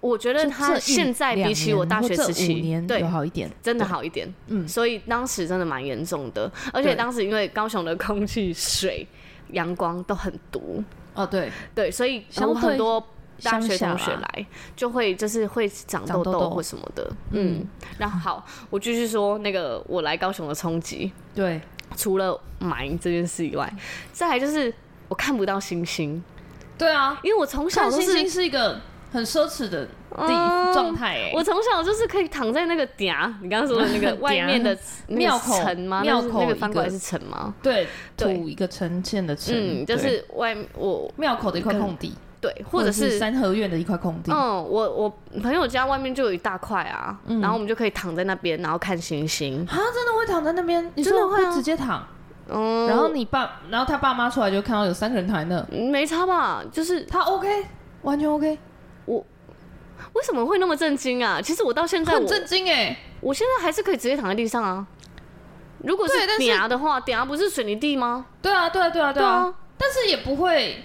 Speaker 3: 我觉得
Speaker 2: 就
Speaker 3: 它
Speaker 2: 这一
Speaker 3: 现在比起我大学时
Speaker 2: 两年或这五
Speaker 3: 期，
Speaker 2: 年
Speaker 3: 对
Speaker 2: 有，好一点，
Speaker 3: 真的
Speaker 2: 对
Speaker 3: 好一点。
Speaker 2: 嗯
Speaker 3: 所以当时真的蛮严重的，而且
Speaker 2: 对
Speaker 3: 当时因为高雄的空气、水、阳光都很毒，
Speaker 2: 哦，对，
Speaker 3: 对，所以
Speaker 2: 相
Speaker 3: 我
Speaker 2: 对
Speaker 3: 很多大
Speaker 2: 乡
Speaker 3: 学
Speaker 2: 下
Speaker 3: 同学
Speaker 2: 啦
Speaker 3: 来就会就是会长
Speaker 2: 长
Speaker 3: 痘
Speaker 2: 痘
Speaker 3: 痘
Speaker 2: 痘
Speaker 3: 或什么的，嗯。然后好，我继续说那个我来高雄的冲击，
Speaker 2: 对，
Speaker 3: 除了霾这件事以外，再来就是我看不到星星，
Speaker 2: 对啊，
Speaker 3: 因为我从小
Speaker 2: 看
Speaker 3: 都
Speaker 2: 星
Speaker 3: 是
Speaker 2: 星是一个很奢侈的
Speaker 3: 嗯
Speaker 2: 地状态哎，
Speaker 3: 我从小就是可以躺在那个嗲，你刚刚说的那 (laughs) 个外面的啊那个
Speaker 2: 庙口
Speaker 3: 城吗？
Speaker 2: 庙
Speaker 3: 那是
Speaker 2: 口
Speaker 3: 那个
Speaker 2: 一
Speaker 3: 翻过来
Speaker 2: 个
Speaker 3: 是城吗？
Speaker 2: 对，
Speaker 3: 对
Speaker 2: 土一个呈现的呈，
Speaker 3: 嗯，就
Speaker 2: 对
Speaker 3: 是外我
Speaker 2: 庙口的一块空地，
Speaker 3: 对，或者
Speaker 2: 是
Speaker 3: 是
Speaker 2: 三合院的一块空地，
Speaker 3: 嗯，我我朋友家外面就有一大块啊，
Speaker 2: 嗯
Speaker 3: 然后我们就可以躺在那边，然后看星星。
Speaker 2: 啊，真的会躺在那边，你
Speaker 3: 真的
Speaker 2: 说
Speaker 3: 会啊
Speaker 2: 直接躺，
Speaker 3: 嗯，
Speaker 2: 然后你爸，然后他爸妈出来就看到有三个人躺在那，
Speaker 3: 没差吧？就是
Speaker 2: 他 OK，完全 OK，
Speaker 3: 为什么会那么震惊啊？其实我到现在
Speaker 2: 很
Speaker 3: 我
Speaker 2: 震惊哎、
Speaker 3: 我现在还是可以直接躺在地上啊。如果是
Speaker 2: 对但是
Speaker 3: 顶牙的话，顶牙不是水泥地吗？
Speaker 2: 对啊，对啊，对啊，对啊，
Speaker 3: 啊，
Speaker 2: 但是也不会，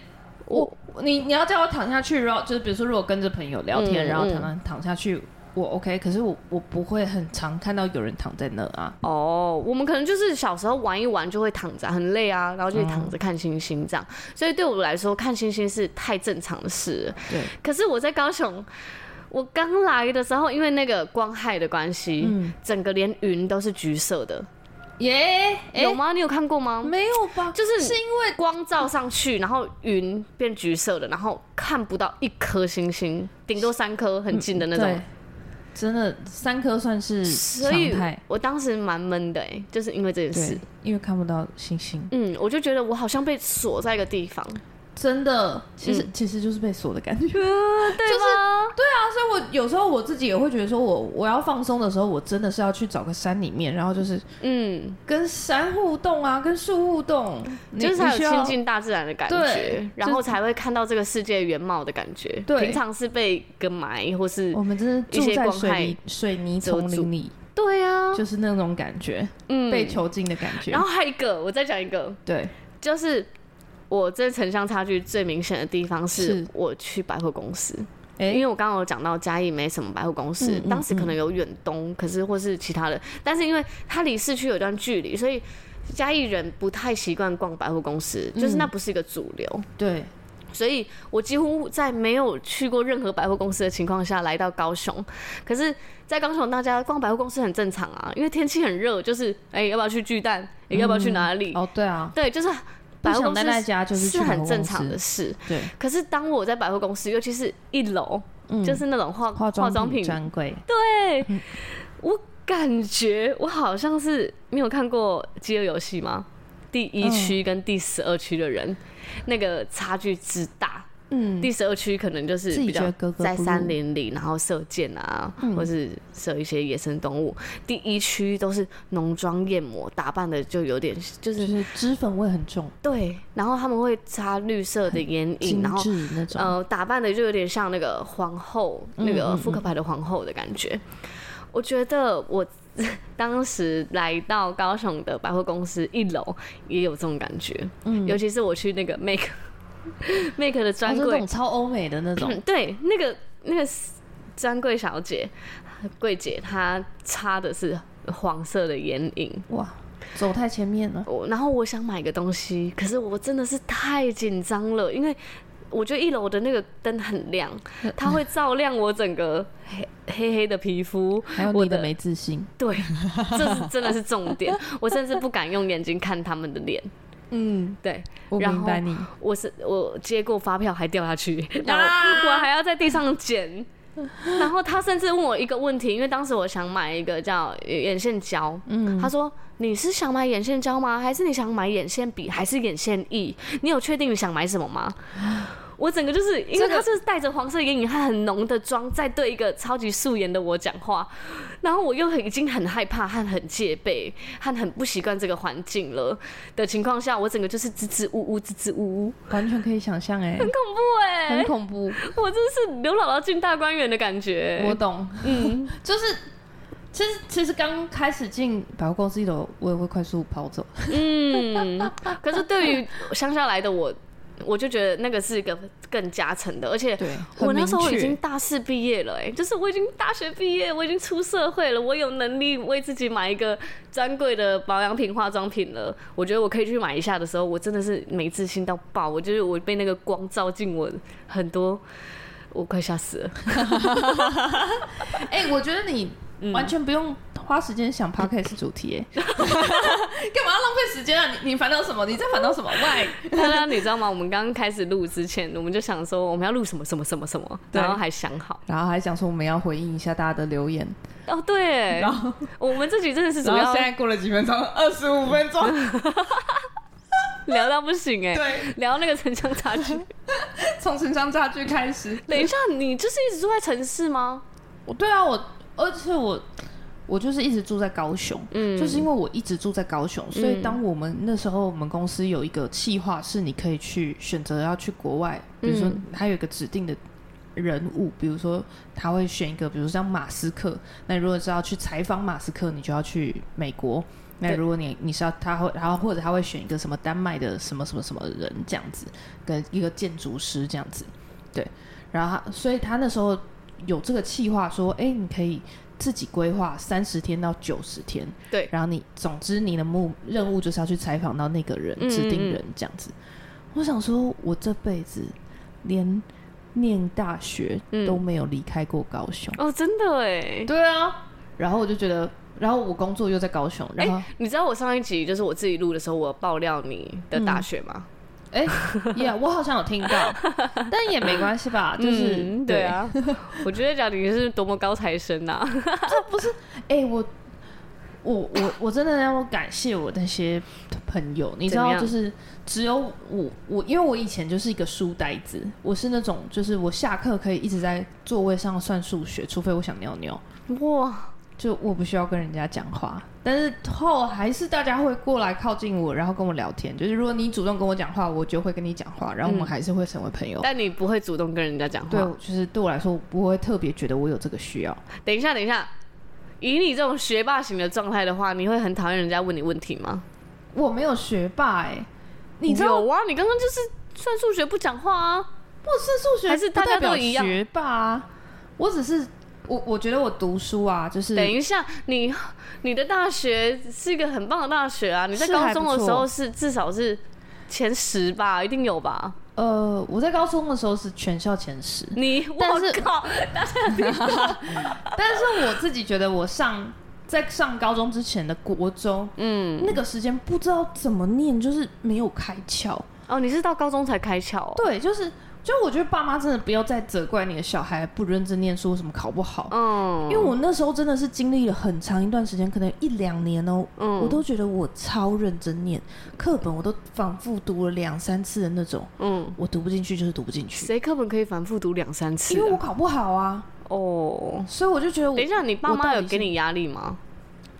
Speaker 3: 我
Speaker 2: 我你你要叫我躺下去，然后就是比如说如果跟着朋友聊天，
Speaker 3: 嗯
Speaker 2: 然后
Speaker 3: 嗯
Speaker 2: 躺躺躺下去，我 OK，可是我我不会很常看到有人躺在那啊，
Speaker 3: 哦，我们可能就是小时候玩一玩就会躺着啊，很累啊，然后就躺
Speaker 2: 嗯
Speaker 3: 着看星星这样。所以对我来说，看星星是太正常的事了。
Speaker 2: 对，
Speaker 3: 可是我在高雄，我刚来的时候，因为那个光害的关系，
Speaker 2: 嗯
Speaker 3: 整个连云都是橘色的，
Speaker 2: 耶、哎
Speaker 3: 有吗？你有看过吗？
Speaker 2: 没有吧？
Speaker 3: 就是
Speaker 2: 是因为
Speaker 3: 光照上去，然后云变橘色的，然后看不到一颗星星，顶多三颗，很近的那种。
Speaker 2: 对，真的三颗算是
Speaker 3: 所
Speaker 2: 嗯常
Speaker 3: 以
Speaker 2: 态，
Speaker 3: 我当时蛮闷的、欸，就是因为这件事
Speaker 2: 对。，因为看不到星星，
Speaker 3: 嗯，我就觉得我好像被锁在一个地方，对
Speaker 2: 真的，其实、
Speaker 3: 嗯
Speaker 2: 其实就是被锁的感觉。啊
Speaker 3: 吗？
Speaker 2: 所以我有时候我自己也会觉得，说我我要放松的时候，我真的是要去找个山里面，然后就是
Speaker 3: 嗯，
Speaker 2: 跟山互动啊，跟树互动，你
Speaker 3: 就是才
Speaker 2: 你需
Speaker 3: 有
Speaker 2: 要
Speaker 3: 亲近大自然的感
Speaker 2: 对
Speaker 3: 觉，然后
Speaker 2: 就是
Speaker 3: 才会看到这个世界原貌的感觉。
Speaker 2: 对哦
Speaker 3: 平常是被跟埋或是
Speaker 2: 我们真的住
Speaker 3: 一些
Speaker 2: 在
Speaker 3: 光害
Speaker 2: 水泥水泥丛林里，
Speaker 3: 对啊，
Speaker 2: 就是那种感觉，
Speaker 3: 嗯
Speaker 2: 被囚禁的感觉。
Speaker 3: 然后还有一个，我再讲一个，
Speaker 2: 对，
Speaker 3: 就是我这城乡差距最明显的地方是
Speaker 2: 是
Speaker 3: 我去百货公司，因
Speaker 2: 哎、
Speaker 3: 为我刚刚有讲到嘉义没什么百货公司，
Speaker 2: 嗯嗯
Speaker 3: 当时可能有远东，可是或是其他的，但是因为它离市区有段距离，所以嘉义人不太习惯逛百货公司，就是
Speaker 2: 嗯
Speaker 3: 那不是一个主流。
Speaker 2: 对，
Speaker 3: 所以我几乎在没有去过任何百货公司的情况下来到高雄。可是，在高雄大家逛百货公司很正常啊，因为天气很热，就是哎、要不要去巨蛋？哎要不要去哪里？
Speaker 2: 哦，对啊，
Speaker 3: 对，就是
Speaker 2: 不
Speaker 3: 百货
Speaker 2: 想
Speaker 3: 公
Speaker 2: 待在
Speaker 3: 司
Speaker 2: 家就是去
Speaker 3: 是很正
Speaker 2: 百货
Speaker 3: 常的
Speaker 2: 公司，
Speaker 3: 事。
Speaker 2: 对，
Speaker 3: 可是当我在百货公司，尤其是一楼，就是那种化
Speaker 2: 化妆
Speaker 3: 妆品
Speaker 2: 品，专柜，
Speaker 3: 对我感觉我好像是你有看过《饥饿游戏》吗？第一区
Speaker 2: 嗯
Speaker 3: 跟第十二区的人，那个差距之大。
Speaker 2: 嗯，
Speaker 3: 第十二区可能就是
Speaker 2: 自己
Speaker 3: 比
Speaker 2: 觉
Speaker 3: 较
Speaker 2: 得格格
Speaker 3: 在
Speaker 2: 不入嗯
Speaker 3: 山林里，然后射箭啊，或是射一些野生动物。第一区都是浓妆艳抹，打扮的就有点就是
Speaker 2: 就是脂粉味很重，
Speaker 3: 对，然后他们会擦绿色的眼影，嗯
Speaker 2: 精
Speaker 3: 然后
Speaker 2: 致那种，
Speaker 3: 呃打扮的就有点像那个皇后，那
Speaker 2: 嗯
Speaker 3: 个扑克牌的皇后的感觉。我觉得我当时来到高雄的百货公司一楼也有这种感觉，
Speaker 2: 嗯
Speaker 3: 尤其是我去那个 Make Make 的
Speaker 2: 然
Speaker 3: 专
Speaker 2: 后就那
Speaker 3: 柜
Speaker 2: 种超欧美的那种，
Speaker 3: (laughs) 嗯，对，那个那个专柜小姐，柜姐她擦的是黄色的眼影。
Speaker 2: 哇，走太前面了，
Speaker 3: 我然后我想买个东西，可是我真的是太紧张了，因为我觉得一楼的那个灯很亮，
Speaker 2: 呃
Speaker 3: 它会照亮我整个黑黑黑的皮肤，
Speaker 2: 还有
Speaker 3: 我
Speaker 2: 你的没自信，
Speaker 3: 对，这是真的是重点。我甚至不敢用眼睛看他们的脸，
Speaker 2: 嗯，
Speaker 3: 对
Speaker 2: 我
Speaker 3: 然
Speaker 2: 明白
Speaker 3: 后
Speaker 2: 你。
Speaker 3: 我是我接过发票还掉下去， (laughs) 然后
Speaker 2: 啊
Speaker 3: 我还要在地上捡。然后他甚至问我一个问题，因为当时我想买一个叫眼线胶，嗯，他说你是想买眼线胶吗？还是你想买眼线笔？还是眼线液？你有确定你想买什么吗？我整个就是因为
Speaker 2: 这个
Speaker 3: 他就是带着黄色眼影和很浓的妆，在对一个超级素颜的我讲话，然后我又很已经很害怕和很戒备和很不习惯这个环境了的情况下，我整个就是支支吾吾，支支吾吾，
Speaker 2: 完全可以想象哎、
Speaker 3: 很恐怖哎、
Speaker 2: 很恐怖。
Speaker 3: 我真是刘姥姥进大观园的感觉、
Speaker 2: 我懂，嗯， (laughs) 就是其实其实刚开始进百货公司一楼，我也会快速跑走。
Speaker 3: 嗯，可是对于乡下来的我，我就觉得那个是一个更加成的，而且
Speaker 2: 对
Speaker 3: 我
Speaker 2: 很
Speaker 3: 那
Speaker 2: 明
Speaker 3: 时候已
Speaker 2: 确
Speaker 3: 经大四毕业了、哎，就是我已经大学毕业，我已经出社会了，我有能力为自己买一个专柜的保养品、化妆品了。我觉得我可以去买一下的时候，我真的是没自信到爆，我就是我被那个光照进我很多，我快吓死了。
Speaker 2: 哎、我觉得你完全不用花时间想 podcast 主题、 (laughs) 哎，干嘛要浪费时间啊？你你烦恼什么？你在烦恼什么？Why？
Speaker 3: 大家你知道吗？我们刚刚开始录之前，我们就想说我们要录什么什么什么什么，
Speaker 2: 对
Speaker 3: 然后还想好。
Speaker 2: (laughs) 然后还想说我们要回应一下大家的留言，
Speaker 3: 哦，对，
Speaker 2: 然后
Speaker 3: 我们这集真的是主
Speaker 2: 然后
Speaker 3: 要
Speaker 2: 现在过了几分钟，二十五分钟， (laughs)
Speaker 3: (laughs) 聊到不行哎、
Speaker 2: 对， (laughs)
Speaker 3: 聊那个城乡差距，
Speaker 2: 从城乡差距开始。
Speaker 3: 等一下，你就是一直住在城市吗？
Speaker 2: 我对啊，我而且我我就是一直住在高雄，
Speaker 3: 嗯
Speaker 2: 就是因为我一直住在高雄，所以当我们那时候我们公司有一个计划，是你可以去选择要去国外，比如说
Speaker 3: 嗯
Speaker 2: 还有一个指定的。人物，比如说他会选一个，比如像马斯克。那如果是要去采访马斯克，你就要去美国。那
Speaker 3: 对
Speaker 2: 如果你你是要他会，然后或者他会选一个什么丹麦的什么什么什么人这样子，跟一个建筑师这样子，对。然后他所以他那时候有这个计划，说，哎、你可以自己规划三十天到九十天，
Speaker 3: 对
Speaker 2: 然后你总之你的目任务就是要去采访到那个人
Speaker 3: 嗯
Speaker 2: 指定
Speaker 3: 嗯嗯
Speaker 2: 人这样子。我想说，我这辈子连念大学
Speaker 3: 嗯
Speaker 2: 都没有离开过高雄。
Speaker 3: 哦，真的哎。
Speaker 2: 对啊，然后我就觉得，然后我工作又在高雄，然后
Speaker 3: 哎你知道我上一集就是我自己录的时候，我爆料你的大学吗？
Speaker 2: 哎，耶、我好像有听到，但也没关系吧，就是、
Speaker 3: 嗯对， (laughs) 啊，我觉得讲你是多么高材生啊呐、
Speaker 2: 哎、我我我我真的要感谢我那些朋友，你知
Speaker 3: 怎么
Speaker 2: 道，
Speaker 3: 样
Speaker 2: 就是只有我我，因为我以前就是一个书呆子，我是那种就是我下课可以一直在座位上算数学，除非我想尿尿，
Speaker 3: 哇，
Speaker 2: 就我不需要跟人家讲话。但是后还是大家会过来靠近我，然后跟我聊天。就是如果你主动跟我讲话，我就会跟你讲话，然后我们还是会成为朋友。
Speaker 3: 嗯但你不会主动跟人家讲
Speaker 2: 对
Speaker 3: 话。，
Speaker 2: 就是对我来说，我不会特别觉得我有这个需要。
Speaker 3: 等一下，等一下，以你这种学霸型的状态的话，你会很讨厌人家问你问题吗？
Speaker 2: 我没有学霸哎、你知道
Speaker 3: 有啊？你刚刚就是算数学不讲话啊？
Speaker 2: 不是数学，
Speaker 3: 还是大家都一样
Speaker 2: 学霸啊？我只是我，我觉得我读书啊，就是
Speaker 3: 等一下，你你的大学是一个很棒的大学啊！你在
Speaker 2: 是
Speaker 3: 高
Speaker 2: 还
Speaker 3: 中的
Speaker 2: 不错
Speaker 3: 时候是至少是前十吧，一定有吧？
Speaker 2: 呃，我在高中的时候是全校前十，
Speaker 3: 你我
Speaker 2: 但是
Speaker 3: 靠，
Speaker 2: 但是我自己觉得我上在上高中之前的国中，
Speaker 3: 嗯，
Speaker 2: 那个时间不知道怎么念，就是没有开窍。
Speaker 3: 哦，你是到高中才开窍哦。
Speaker 2: 对，就是就我觉得爸妈真的不要再责怪你的小孩不认真念书，什么考不好。因
Speaker 3: 嗯，
Speaker 2: 为我那时候真的是经历了很长一段时间，可能一两年哦、
Speaker 3: 嗯
Speaker 2: 我都觉得我超认真念课本，我都反复读了两三次的那种，
Speaker 3: 嗯，
Speaker 2: 我读不进去就是读不进去，
Speaker 3: 谁课本可以反复读两三次
Speaker 2: 因为我
Speaker 3: 啊？
Speaker 2: 考不好啊，
Speaker 3: 哦，
Speaker 2: 所以我就觉得我
Speaker 3: 等一下，你爸
Speaker 2: 我到
Speaker 3: 妈
Speaker 2: 底
Speaker 3: 有
Speaker 2: 是
Speaker 3: 给你压力吗？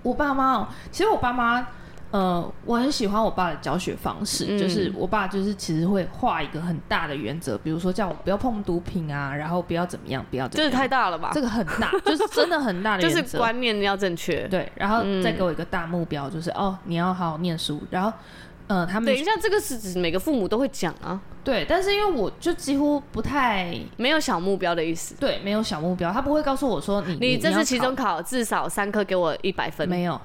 Speaker 2: 我爸妈哦、其实我爸妈，呃，我很喜欢我爸的教学方式，
Speaker 3: 嗯
Speaker 2: 就是我爸就是其实会画一个很大的原则，比如说叫我不要碰毒品啊，然后不要怎么样，不要怎
Speaker 3: 啊这
Speaker 2: 么
Speaker 3: 也
Speaker 2: 样，
Speaker 3: 太大了吧
Speaker 2: 这？个很大，就是真的很大
Speaker 3: (laughs)
Speaker 2: 的
Speaker 3: 就
Speaker 2: 原则，
Speaker 3: 是观念要正确。
Speaker 2: 对，然后
Speaker 3: 嗯
Speaker 2: 再给我一个大目标，就是、哦，你要好好念书。然后，呃，他们
Speaker 3: 等一下，这个是指每个父母都会讲啊，
Speaker 2: 对，但是因为我就几乎不太
Speaker 3: 没有小目标的意思。
Speaker 2: 对，没有小目标，他不会告诉我说你
Speaker 3: 你这
Speaker 2: 要
Speaker 3: 次期中
Speaker 2: 考
Speaker 3: 考至少三科给我一百分，
Speaker 2: 没有，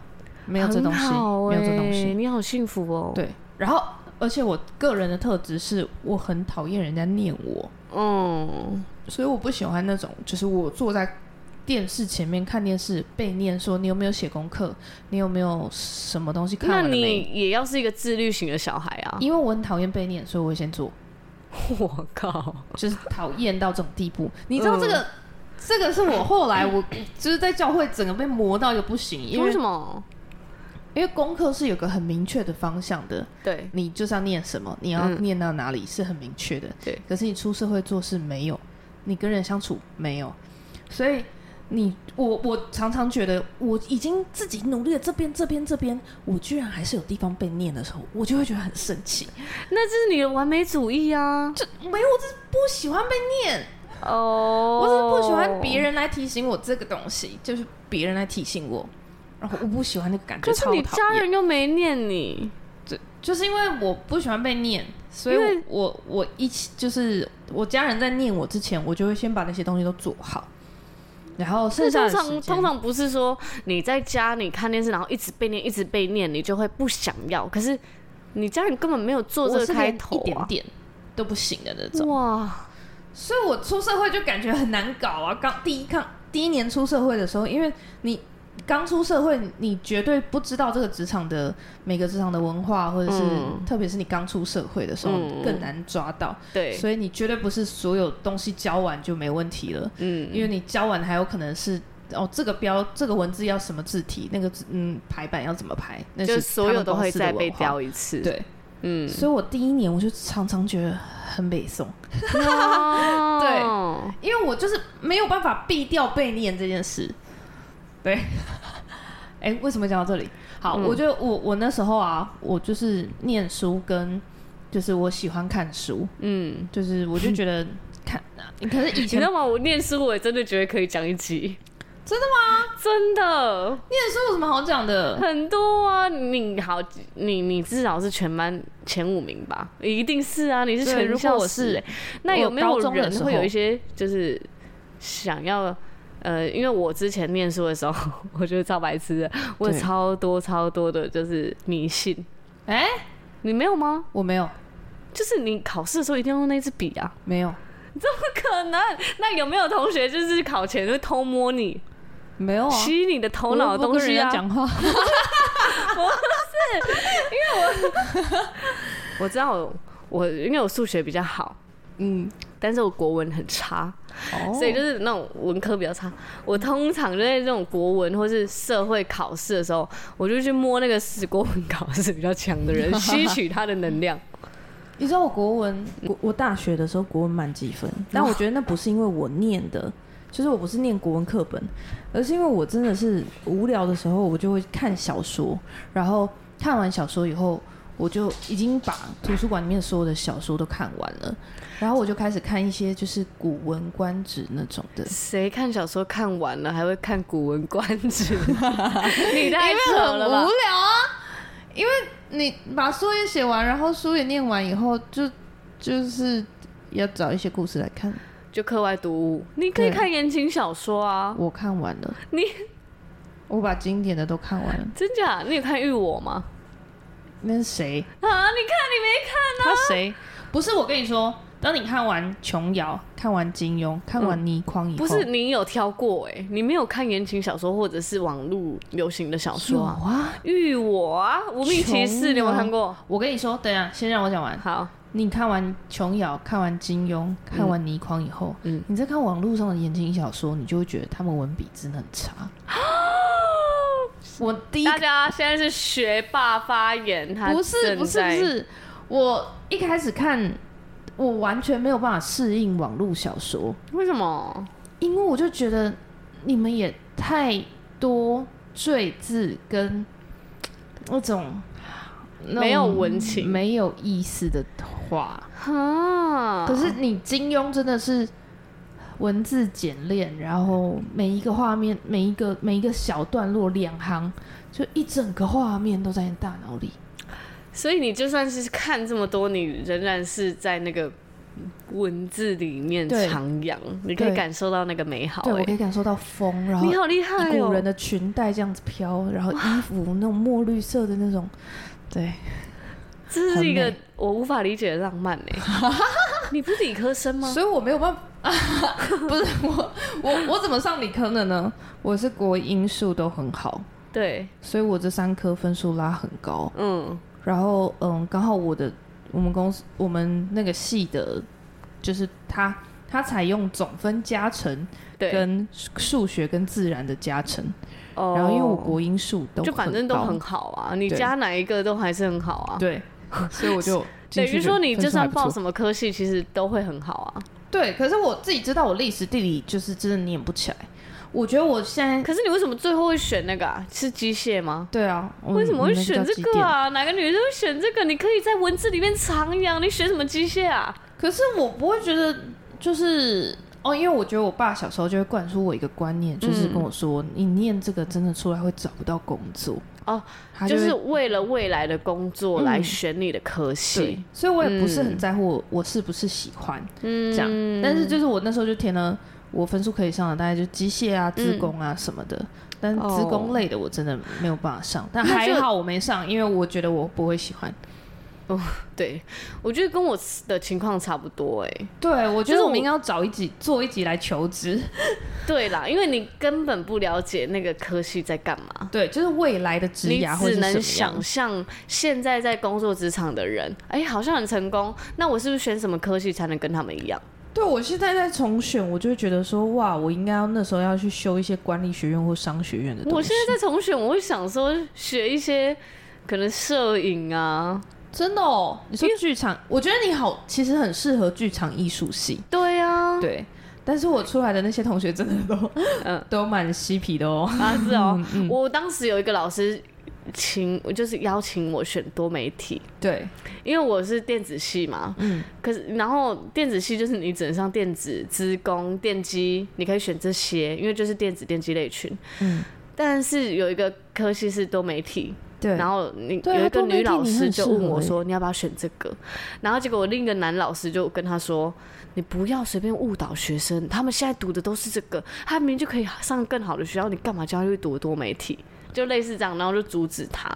Speaker 2: 没有这
Speaker 3: 很
Speaker 2: 东西，
Speaker 3: 好
Speaker 2: 没有这
Speaker 3: 欸
Speaker 2: 东西。
Speaker 3: 你好幸福哦。，
Speaker 2: 对，然后而且我个人的特质是我很讨厌人家念我，
Speaker 3: 嗯，
Speaker 2: 所以我不喜欢那种就是我坐在。电视前面看电视，被念说你有没有写功课，你有没有什么东西看
Speaker 3: 那
Speaker 2: 完了没？
Speaker 3: 你也要是一个自律型的小孩啊。
Speaker 2: 因为我很讨厌被念，所以我会先做。
Speaker 3: 我靠，
Speaker 2: 就是讨厌到这种地步。你知道
Speaker 3: 嗯
Speaker 2: 这个，这个是我后来我 (coughs) 就是在教会整个被磨到一个不行，因
Speaker 3: 为
Speaker 2: 为
Speaker 3: 什么？
Speaker 2: 因为功课是有个很明确的方向的，
Speaker 3: 对，
Speaker 2: 你就是要念什么，你要念到哪里是很明确的。
Speaker 3: 嗯对，
Speaker 2: 可是你出社会做事没有，你跟人相处没有，所以。你我我常常觉得我已经自己努力了这边这边这边，我居然还是有地方被念的时候，我就会觉得很生气。
Speaker 3: 那这是你的完美主义啊。
Speaker 2: 就没有，我就是不喜欢被念，
Speaker 3: 哦，
Speaker 2: 我是不喜欢别。人来提醒我这个东西，就是别人来提醒我，然后我不喜欢那个感觉，
Speaker 3: 可是
Speaker 2: 超
Speaker 3: 你
Speaker 2: 讨
Speaker 3: 家
Speaker 2: 厌。
Speaker 3: 人又没念你，
Speaker 2: 就是因为我不喜欢被念，所以
Speaker 3: 因为
Speaker 2: 我我我一起就是我家人在念我之前，我就会先把那些东西都做好，然后剩
Speaker 3: 通
Speaker 2: 下的时
Speaker 3: 常
Speaker 2: 间
Speaker 3: 通常不是说你在家你看电视，然后一直被念，一直被念，你就会不想要。可是你家人根本没有做
Speaker 2: 我
Speaker 3: 这
Speaker 2: 是
Speaker 3: 个开
Speaker 2: 连
Speaker 3: 头
Speaker 2: 一点
Speaker 3: 啊！
Speaker 2: 点都不行的那种，
Speaker 3: 哇，
Speaker 2: 所以我出社会就感觉很难搞啊。刚第一刚第一年出社会的时候，因为你。刚出社会，你绝对不知道这个职场的每个职场的文化，或者是、
Speaker 3: 嗯
Speaker 2: 特别是你刚出社会的时候，
Speaker 3: 嗯
Speaker 2: 更难抓到。
Speaker 3: 对，
Speaker 2: 所以你绝对不是所有东西教完就没问题了，
Speaker 3: 嗯，
Speaker 2: 因为你教完还有可能是哦，这个标这个文字要什么字体，那个字嗯排版要怎么排，那
Speaker 3: 就是所有
Speaker 2: 他
Speaker 3: 都
Speaker 2: 们公
Speaker 3: 会
Speaker 2: 司的
Speaker 3: 再被
Speaker 2: 文化
Speaker 3: 雕一次。
Speaker 2: 对，
Speaker 3: 嗯，
Speaker 2: 所以我第一年我就常常觉得很北宋， (laughs)
Speaker 3: 对，
Speaker 2: 因为我就是没有办法避掉被念这件事。对， (laughs) 哎、为什么讲到这里？好，
Speaker 3: 嗯
Speaker 2: 我觉得我我那时候啊，我就是念书跟就是我喜欢看书，
Speaker 3: 嗯，
Speaker 2: 就是我就觉得看，可是以
Speaker 3: 你
Speaker 2: 前
Speaker 3: 知
Speaker 2: 念
Speaker 3: 道吗？我念书，我也真的觉得可以讲一集。
Speaker 2: 真
Speaker 3: 的吗？真的
Speaker 2: 书有什么好讲的？
Speaker 3: 很多啊！你好，你你至少是全班前五名吧？一定是啊！你是
Speaker 2: 对
Speaker 3: 全
Speaker 2: 如
Speaker 3: 校
Speaker 2: 果我
Speaker 3: 十
Speaker 2: 是
Speaker 3: 欸那
Speaker 2: 我
Speaker 3: 有没有
Speaker 2: 高中的
Speaker 3: 人
Speaker 2: 时
Speaker 3: 会
Speaker 2: 候
Speaker 3: 有一些就是想要？呃，因为我之前念书的时候，我觉得超白痴的，我有
Speaker 2: 对
Speaker 3: 超多超多的就是迷信。
Speaker 2: 哎、
Speaker 3: 你没有吗？
Speaker 2: 我没有，
Speaker 3: 就是你考试的时候一定要用那支笔啊？
Speaker 2: 没有，
Speaker 3: 不可能！那有没有同学就是考前会偷摸你，
Speaker 2: 没有啊！
Speaker 3: 吸你的头脑
Speaker 2: 我
Speaker 3: 的
Speaker 2: 都不
Speaker 3: 东
Speaker 2: 跟人
Speaker 3: 西
Speaker 2: 家
Speaker 3: 啊？
Speaker 2: 讲话，
Speaker 3: 我知道我，我因为我数学比较好，
Speaker 2: 嗯，
Speaker 3: 但是我国文很差，
Speaker 2: 哦
Speaker 3: 所以就是那种文科比较差。我通常就在这种国文或是社会考试的时候，我就去摸那个是国文考试比较强的
Speaker 2: (laughs)
Speaker 3: 人，吸取他的能量。
Speaker 2: 你知道我国文，我我大学的时候国文满几分，但我觉得那不是因为我念的，就是我不是念国文课本，而是因为我真的是无聊的时候，我就会看小说，然后看完小说以后，我就已经把图书馆里面所有的小说都看完了，然后我就开始看一些就是古文观止那种的，
Speaker 3: 谁看小说看完了还会看古文观
Speaker 2: (laughs)
Speaker 3: 止？你太
Speaker 2: 因为
Speaker 3: 扯
Speaker 2: 很
Speaker 3: 了吧
Speaker 2: 无！聊啊，因为你把书也写完，然后书也念完以后，就就是要找一些故事来看。
Speaker 3: 就课外读物，你可以
Speaker 2: 对
Speaker 3: 看言情小说啊。
Speaker 2: 我看完了，
Speaker 3: 你
Speaker 2: 我把经典的都看完了。
Speaker 3: 真假？你有看《玉我》吗？
Speaker 2: 那是谁？
Speaker 3: 啊，你看你没看？
Speaker 2: 他谁？不是我跟你说，当你看完琼瑶、看完金庸、看完倪匡以后，
Speaker 3: 不是你有挑过哎、你没有看言情小说或者是网络流行的小
Speaker 2: 有
Speaker 3: 说啊？
Speaker 2: 啊？
Speaker 3: 遇我啊，无名骑士，
Speaker 2: 琼瑶
Speaker 3: 你有没有看过？
Speaker 2: 我跟你说，等一下先让我讲完。
Speaker 3: 好，
Speaker 2: 你看完琼瑶、看完金庸、看完倪匡以后，
Speaker 3: 嗯
Speaker 2: 你再看网络上的言情小说，你就会觉得他们文笔真的很差。 (gasps) 我第一
Speaker 3: 大家现在是学霸发言，他
Speaker 2: 不是
Speaker 3: 正
Speaker 2: 不是不
Speaker 3: 在，
Speaker 2: 是，我一开始看，我完全没有办法适应网络小说，
Speaker 3: 为什么？
Speaker 2: 因为我就觉得你们也太多赘字跟那种那种
Speaker 3: 没有文情
Speaker 2: 没有意思的话。
Speaker 3: 哈，
Speaker 2: 可是你金庸真的是文字简练，然后每一个画面、每一个每一个小段落两行，就一整个画面都在你大脑里。
Speaker 3: 所以你就算是看这么多，你仍然是在那个文字里面
Speaker 2: 对
Speaker 3: 徜徉，你可以
Speaker 2: 对
Speaker 3: 感受到那个美好、
Speaker 2: 对，我可
Speaker 3: 欸。
Speaker 2: 以感受到风，然后
Speaker 3: 你好厉害
Speaker 2: 一
Speaker 3: 哦、
Speaker 2: 股人的裙带这样子飘，然后衣服那种墨绿色的那种，对，
Speaker 3: 这是一个
Speaker 2: 很美
Speaker 3: 我无法理解的浪漫
Speaker 2: (laughs)
Speaker 3: 哎、你不是理科生吗？
Speaker 2: 所以我没
Speaker 3: (laughs)
Speaker 2: 有办法，不是我我我怎么上理科的呢？我是国英数都很好，
Speaker 3: 对，
Speaker 2: 所以我这三科分数拉很高。
Speaker 3: 嗯，
Speaker 2: 然后嗯，刚好我的我们公司我们那个系的，就是它它采用总分加成
Speaker 3: 对。
Speaker 2: 跟数学跟自然的加成，
Speaker 3: 哦
Speaker 2: 然后因为我国英数都
Speaker 3: 就反正都
Speaker 2: 高
Speaker 3: 很好啊，你
Speaker 2: 对
Speaker 3: 加哪一个都还是很好啊。 (laughs)
Speaker 2: 对，所以我就
Speaker 3: 等
Speaker 2: 进去
Speaker 3: 于说你
Speaker 2: 分
Speaker 3: 就
Speaker 2: 数还
Speaker 3: 算
Speaker 2: 不
Speaker 3: 报
Speaker 2: 错
Speaker 3: 什么科系，其实都会很好啊。
Speaker 2: 对，可是我自己知道我历史地理就是真的念不起来，我觉得我现在
Speaker 3: 可是你为什么最后会选那个啊？是机械吗？
Speaker 2: 对啊，我
Speaker 3: 为什么
Speaker 2: 我
Speaker 3: 会
Speaker 2: 们那
Speaker 3: 选
Speaker 2: 叫
Speaker 3: 这
Speaker 2: 基
Speaker 3: 个
Speaker 2: 点
Speaker 3: 啊？哪个女生会选这个？你可以在文字里面徜徉，你选什么机械啊？
Speaker 2: 可是我不会觉得就是哦，因为我觉得我爸小时候就会灌输我一个观念，就是跟我说，你念这个真的出来会找不到工作
Speaker 3: 哦，
Speaker 2: 他
Speaker 3: 就
Speaker 2: 会
Speaker 3: 是为了未来的工作
Speaker 2: 嗯
Speaker 3: 来选你的科
Speaker 2: 对
Speaker 3: 系。，
Speaker 2: 所以我也不是很在乎我我是不是喜欢
Speaker 3: 嗯
Speaker 2: 这样，但是就是我那时候就填了我分数可以上的，大概就机械啊、自工啊什么的。但
Speaker 3: 哦
Speaker 2: 自工类的我真的没有办法上，但
Speaker 3: 那
Speaker 2: 还
Speaker 3: 就
Speaker 2: 好我没上，因为我觉得我不会喜欢。
Speaker 3: 对，我觉得跟我的情况差不多哎、
Speaker 2: 对，我觉
Speaker 3: 就是
Speaker 2: 得
Speaker 3: 我
Speaker 2: 我们应该要找一集做一集来求职。
Speaker 3: 对啦，因为你根本不了解那个科系在干嘛。
Speaker 2: 对，就是未来的职
Speaker 3: 你
Speaker 2: 涯会
Speaker 3: 只
Speaker 2: 是什么
Speaker 3: 能
Speaker 2: 样
Speaker 3: 想象现在在工作职场的人，哎、好像很成功，那我是不是选什么科系才能跟他们一样？
Speaker 2: 对，我现在在重选，我就会觉得说，哇，我应该要那时候要去修一些管理学院或商学院的东西。
Speaker 3: 我现在在重选，我会想说学一些可能摄影啊，
Speaker 2: 真的哦，你说剧场，我觉得你好，其实很适合剧场艺术系。
Speaker 3: 对啊，
Speaker 2: 对， (laughs) 但是我出来的那些同学真的 (laughs) 都，
Speaker 3: 嗯
Speaker 2: 都蛮嬉皮的 (laughs) 哦。
Speaker 3: 啊是哦，我当时有一个老师请，我就是邀请我选多媒体，
Speaker 2: 对，
Speaker 3: 因为我是电子系嘛，
Speaker 2: 嗯，
Speaker 3: 可是然后电子系就是你只能上电子、资工、电机，你可以选这些，因为就是电子电机类群，
Speaker 2: 嗯，
Speaker 3: 但是有一个科系是多媒体，
Speaker 2: 对，
Speaker 3: 然后你
Speaker 2: 对啊
Speaker 3: 有一个
Speaker 2: 多媒
Speaker 3: 女
Speaker 2: 体
Speaker 3: 老
Speaker 2: 你
Speaker 3: 师
Speaker 2: 很
Speaker 3: 就
Speaker 2: 适
Speaker 3: 问
Speaker 2: 合
Speaker 3: 我
Speaker 2: 欸
Speaker 3: 说你要不要选这个，然后结果我另一个男老师就跟他说你不要随便误导学生，他们现在读的都是这个，他明明就可以上更好的学校，你干嘛叫他去读多媒体？就类似这样，然后就阻止他，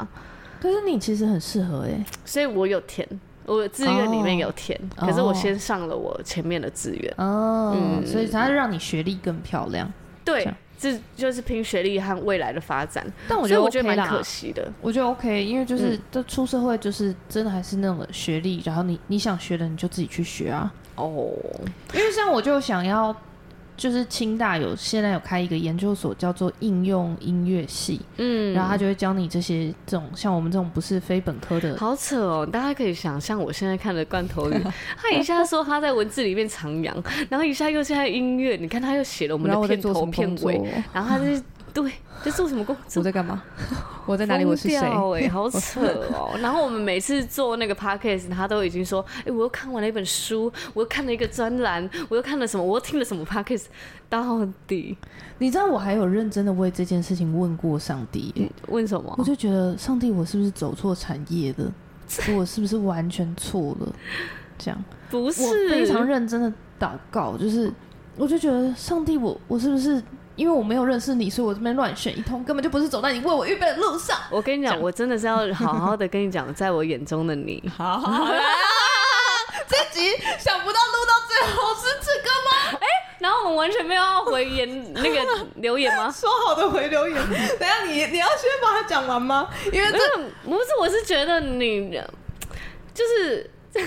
Speaker 2: 但是你其实很适合哎，
Speaker 3: 所以我有填，我志愿里面
Speaker 2: 哦
Speaker 3: 有填，可是我
Speaker 2: 哦
Speaker 3: 先上了我前面的志愿，
Speaker 2: 哦，
Speaker 3: 嗯
Speaker 2: 所以它让你学历更漂亮。这
Speaker 3: 对
Speaker 2: 样，
Speaker 3: 这就是拼学历和未来的发展，
Speaker 2: 但我
Speaker 3: 所以
Speaker 2: 觉得
Speaker 3: 我觉得
Speaker 2: OK
Speaker 3: 蛮
Speaker 2: 啦
Speaker 3: 可，惜的，
Speaker 2: 我觉得 OK，因为
Speaker 3: 嗯
Speaker 2: 就是这出社会就是真的还是那种学历，然后你你想学的你就自己去学啊。
Speaker 3: 哦，
Speaker 2: 因为像我就想要，就是清大有现在有开一个研究所叫做应用音乐系，
Speaker 3: 嗯
Speaker 2: 然后他就会教你这些这种像我们这种不是非本科的，
Speaker 3: 好扯哦！大家可以想象我现在看的罐
Speaker 2: (laughs)
Speaker 3: 头鱼，他一下说他在文字里面徜徉，然后一下又现在音乐，你看他又写了我
Speaker 2: 我
Speaker 3: 们的片头片尾，然后他就是对，在做什么工作？
Speaker 2: 在干嘛？我在哪里？我是谁？
Speaker 3: 疯掉
Speaker 2: (laughs)
Speaker 3: 哎，好扯哦！然后我们每次做那个 podcast，他都已经说，哎、我又看完了一本书，我又看了一个专栏，我又看了什么，我又听了什么 podcast，到底
Speaker 2: 你知道我还有认真的为这件事情问过上帝耶、
Speaker 3: 问什
Speaker 2: 我
Speaker 3: 么？
Speaker 2: 就觉得上帝，我是不是走错产业了？
Speaker 3: (laughs)
Speaker 2: 我是不是完全错了？这样，
Speaker 3: 不
Speaker 2: 我
Speaker 3: 是，
Speaker 2: 非常认真的祷告，就是我就觉得上帝我，我是不是因为我没有认识你，所以我这边乱选一通，根本就不是走在你为我预备的路上。
Speaker 3: 我跟你讲，我真的是要好好的跟你讲，在我眼中的你。
Speaker 2: (laughs) 好，好啦，这集想不到录到最后是这个吗？
Speaker 3: 然后我们完全没有要回言那个留言吗？
Speaker 2: 说好的回留言，
Speaker 3: (laughs)
Speaker 2: 等一下你你要先把它讲完吗？因为这
Speaker 3: 嗯，不是，我是觉得你就是。 (laughs)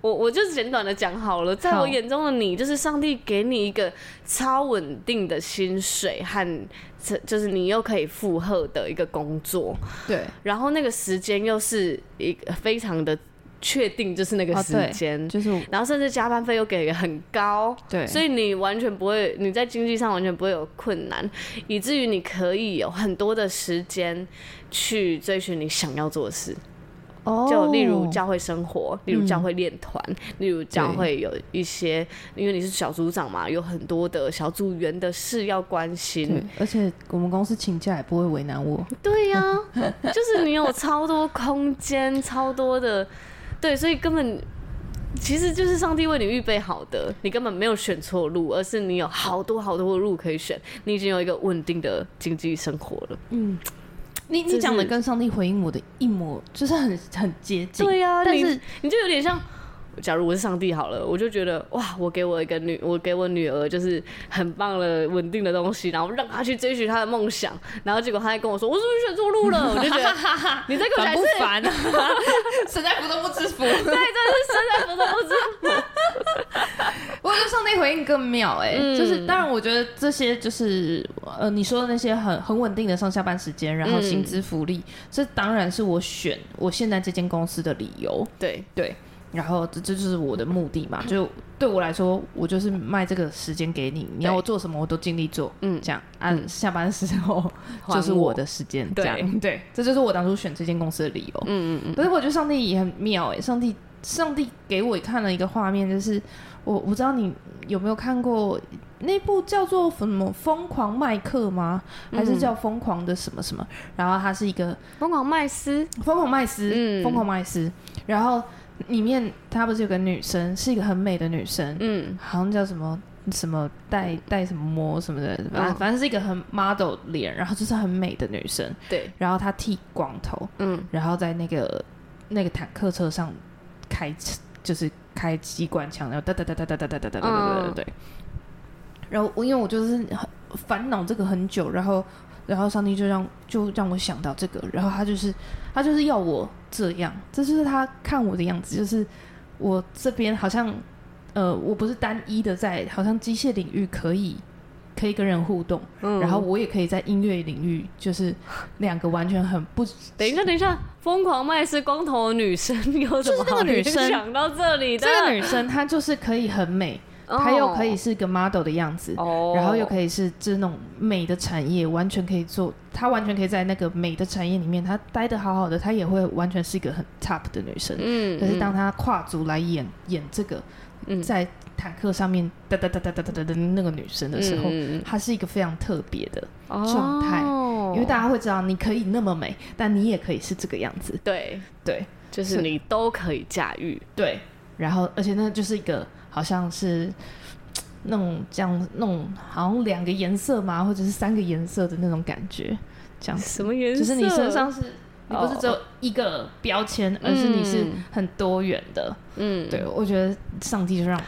Speaker 3: 我我就简短的讲好了，在
Speaker 2: 好
Speaker 3: 我眼中的你，就是上帝给你一个超稳定的薪水和，这就是你又可以负荷的一个工作，
Speaker 2: (laughs) 对
Speaker 3: 然后那个时间又是一个非常的确定，就是那个
Speaker 2: 哦
Speaker 3: 时
Speaker 2: 对
Speaker 3: 间，
Speaker 2: 就是我
Speaker 3: 然后甚至加班费又给的很高，
Speaker 2: 对
Speaker 3: 所以你完全不会，你在经济上完全不会有困难，以至于你可以有很多的时间去追寻你想要做的事，
Speaker 2: 哦嗯
Speaker 3: 就例如教会生活，例如教会练团，例如教会有一些，因为你是小组长嘛，有很多的小组员的事要关
Speaker 2: 对
Speaker 3: 心，，
Speaker 2: 而且我们公司请假也不会为难我。
Speaker 3: 对呀、就是你有超多空间，超多的，对，所以根本其实就是上帝为你预备好的，你根本没有选错路，而是你有好多好多的路可以选，你已经有一个稳定的经济生活了。
Speaker 2: 嗯，你
Speaker 3: 这
Speaker 2: 你
Speaker 3: 是
Speaker 2: 讲的跟上帝回应我的一模，就是很很接近。
Speaker 3: 对呀、
Speaker 2: 但
Speaker 3: 你
Speaker 2: 是
Speaker 3: 你就有点像。假如我是上帝好了，我就觉得哇，我给我一个女，我给我女儿就是很棒的稳定的东西，然后让她去追寻她的梦想，然后结果她还跟我说我是不是选错路了，我就觉
Speaker 2: (laughs)
Speaker 3: 得你再给我来一次， (laughs)
Speaker 2: 烦啊？ (laughs) 神在福都不知福。
Speaker 3: 对，真的是身在福中不知
Speaker 2: 我觉得上帝回应更妙哎、
Speaker 3: 嗯
Speaker 2: 就是当然，我觉得这些就是呃，你说的那些很很稳定的上下班时间，然后
Speaker 3: 嗯
Speaker 2: 薪资福利，这当然是我选我现在这间公司的理由。
Speaker 3: 对，
Speaker 2: 对，然后这这就是我的目的嘛，就对我来说，我就是卖这个时间给你，你要我做什么我都尽力做，
Speaker 3: 嗯
Speaker 2: 嗯，这样按、下班时候
Speaker 3: 还
Speaker 2: 就是
Speaker 3: 我
Speaker 2: 我的时间，
Speaker 3: 对
Speaker 2: 这样对，这就是我当初选这间公司的理由。
Speaker 3: 嗯嗯
Speaker 2: 可是我觉得上帝也很妙哎、上帝上帝给我看了一个画面，就是我我不知道你有没有看过那部叫做什么《疯狂麦克》吗？还是叫《疯狂的什么什么》然后它是一个
Speaker 3: 嗯，疯狂麦斯，
Speaker 2: 疯狂麦斯，
Speaker 3: 嗯
Speaker 2: 疯狂麦斯。然后里面她不是有个女生，是一个很美的女生，
Speaker 3: 嗯
Speaker 2: 好像叫什么什么戴戴什么膜什么的，反正、
Speaker 3: 嗯
Speaker 2: 反正是一个很 model 脸，然后就是很美的女生。
Speaker 3: 对，
Speaker 2: 然后她剃光头，
Speaker 3: 嗯
Speaker 2: 然后在那个那个坦克车上开，就是开机关枪，然后哒哒哒哒哒哒哒哒哒哒哒哒对。然后我因为我就是很烦恼这个很久，然后然后上帝就让就让我想到这个，然后他就是他就是要我这样，这就是他看我的样子，就是我这边好像呃我不是单一的在，好像机械领域可以可以跟人互动，
Speaker 3: 嗯
Speaker 2: 然后我也可以在音乐领域，就是两个完全很不
Speaker 3: 等一下，等一下，疯狂麦是光头的女生，有什么
Speaker 2: 就是那个女生
Speaker 3: 想到这里的？
Speaker 2: 这个女生她就是可以很美，
Speaker 3: 哦
Speaker 2: 她又可以是个 model 的样子，
Speaker 3: 哦
Speaker 2: 然后又可以是这种美的产业，完全可以做，她完全可以在那个美的产业里面，她待的好好的，她也会完全是一个很 top 的女生。
Speaker 3: 嗯，
Speaker 2: 可是当
Speaker 3: 嗯
Speaker 2: 她跨足来演演这个
Speaker 3: 嗯
Speaker 2: 在坦克上面哒哒哒哒哒哒哒的那个女生的时候，
Speaker 3: 嗯嗯
Speaker 2: 她是一个非常特别的，
Speaker 3: 嗯
Speaker 2: 状态
Speaker 3: 哦
Speaker 2: 因为大家会知道你可以那么美，但你也可以是这个样子。
Speaker 3: 对，
Speaker 2: 对
Speaker 3: 就是
Speaker 2: 是
Speaker 3: 你都可以驾驭，
Speaker 2: 对，然后而且那就是一个好像是那种这样那种好像两个颜色嘛，或者是三个颜色的那种感觉，这样子
Speaker 3: 什么颜色？
Speaker 2: 就是你身上是。你不是只有一个标签，而是你是
Speaker 3: 嗯
Speaker 2: 很多元的。
Speaker 3: 嗯，
Speaker 2: 对，我觉得上帝就让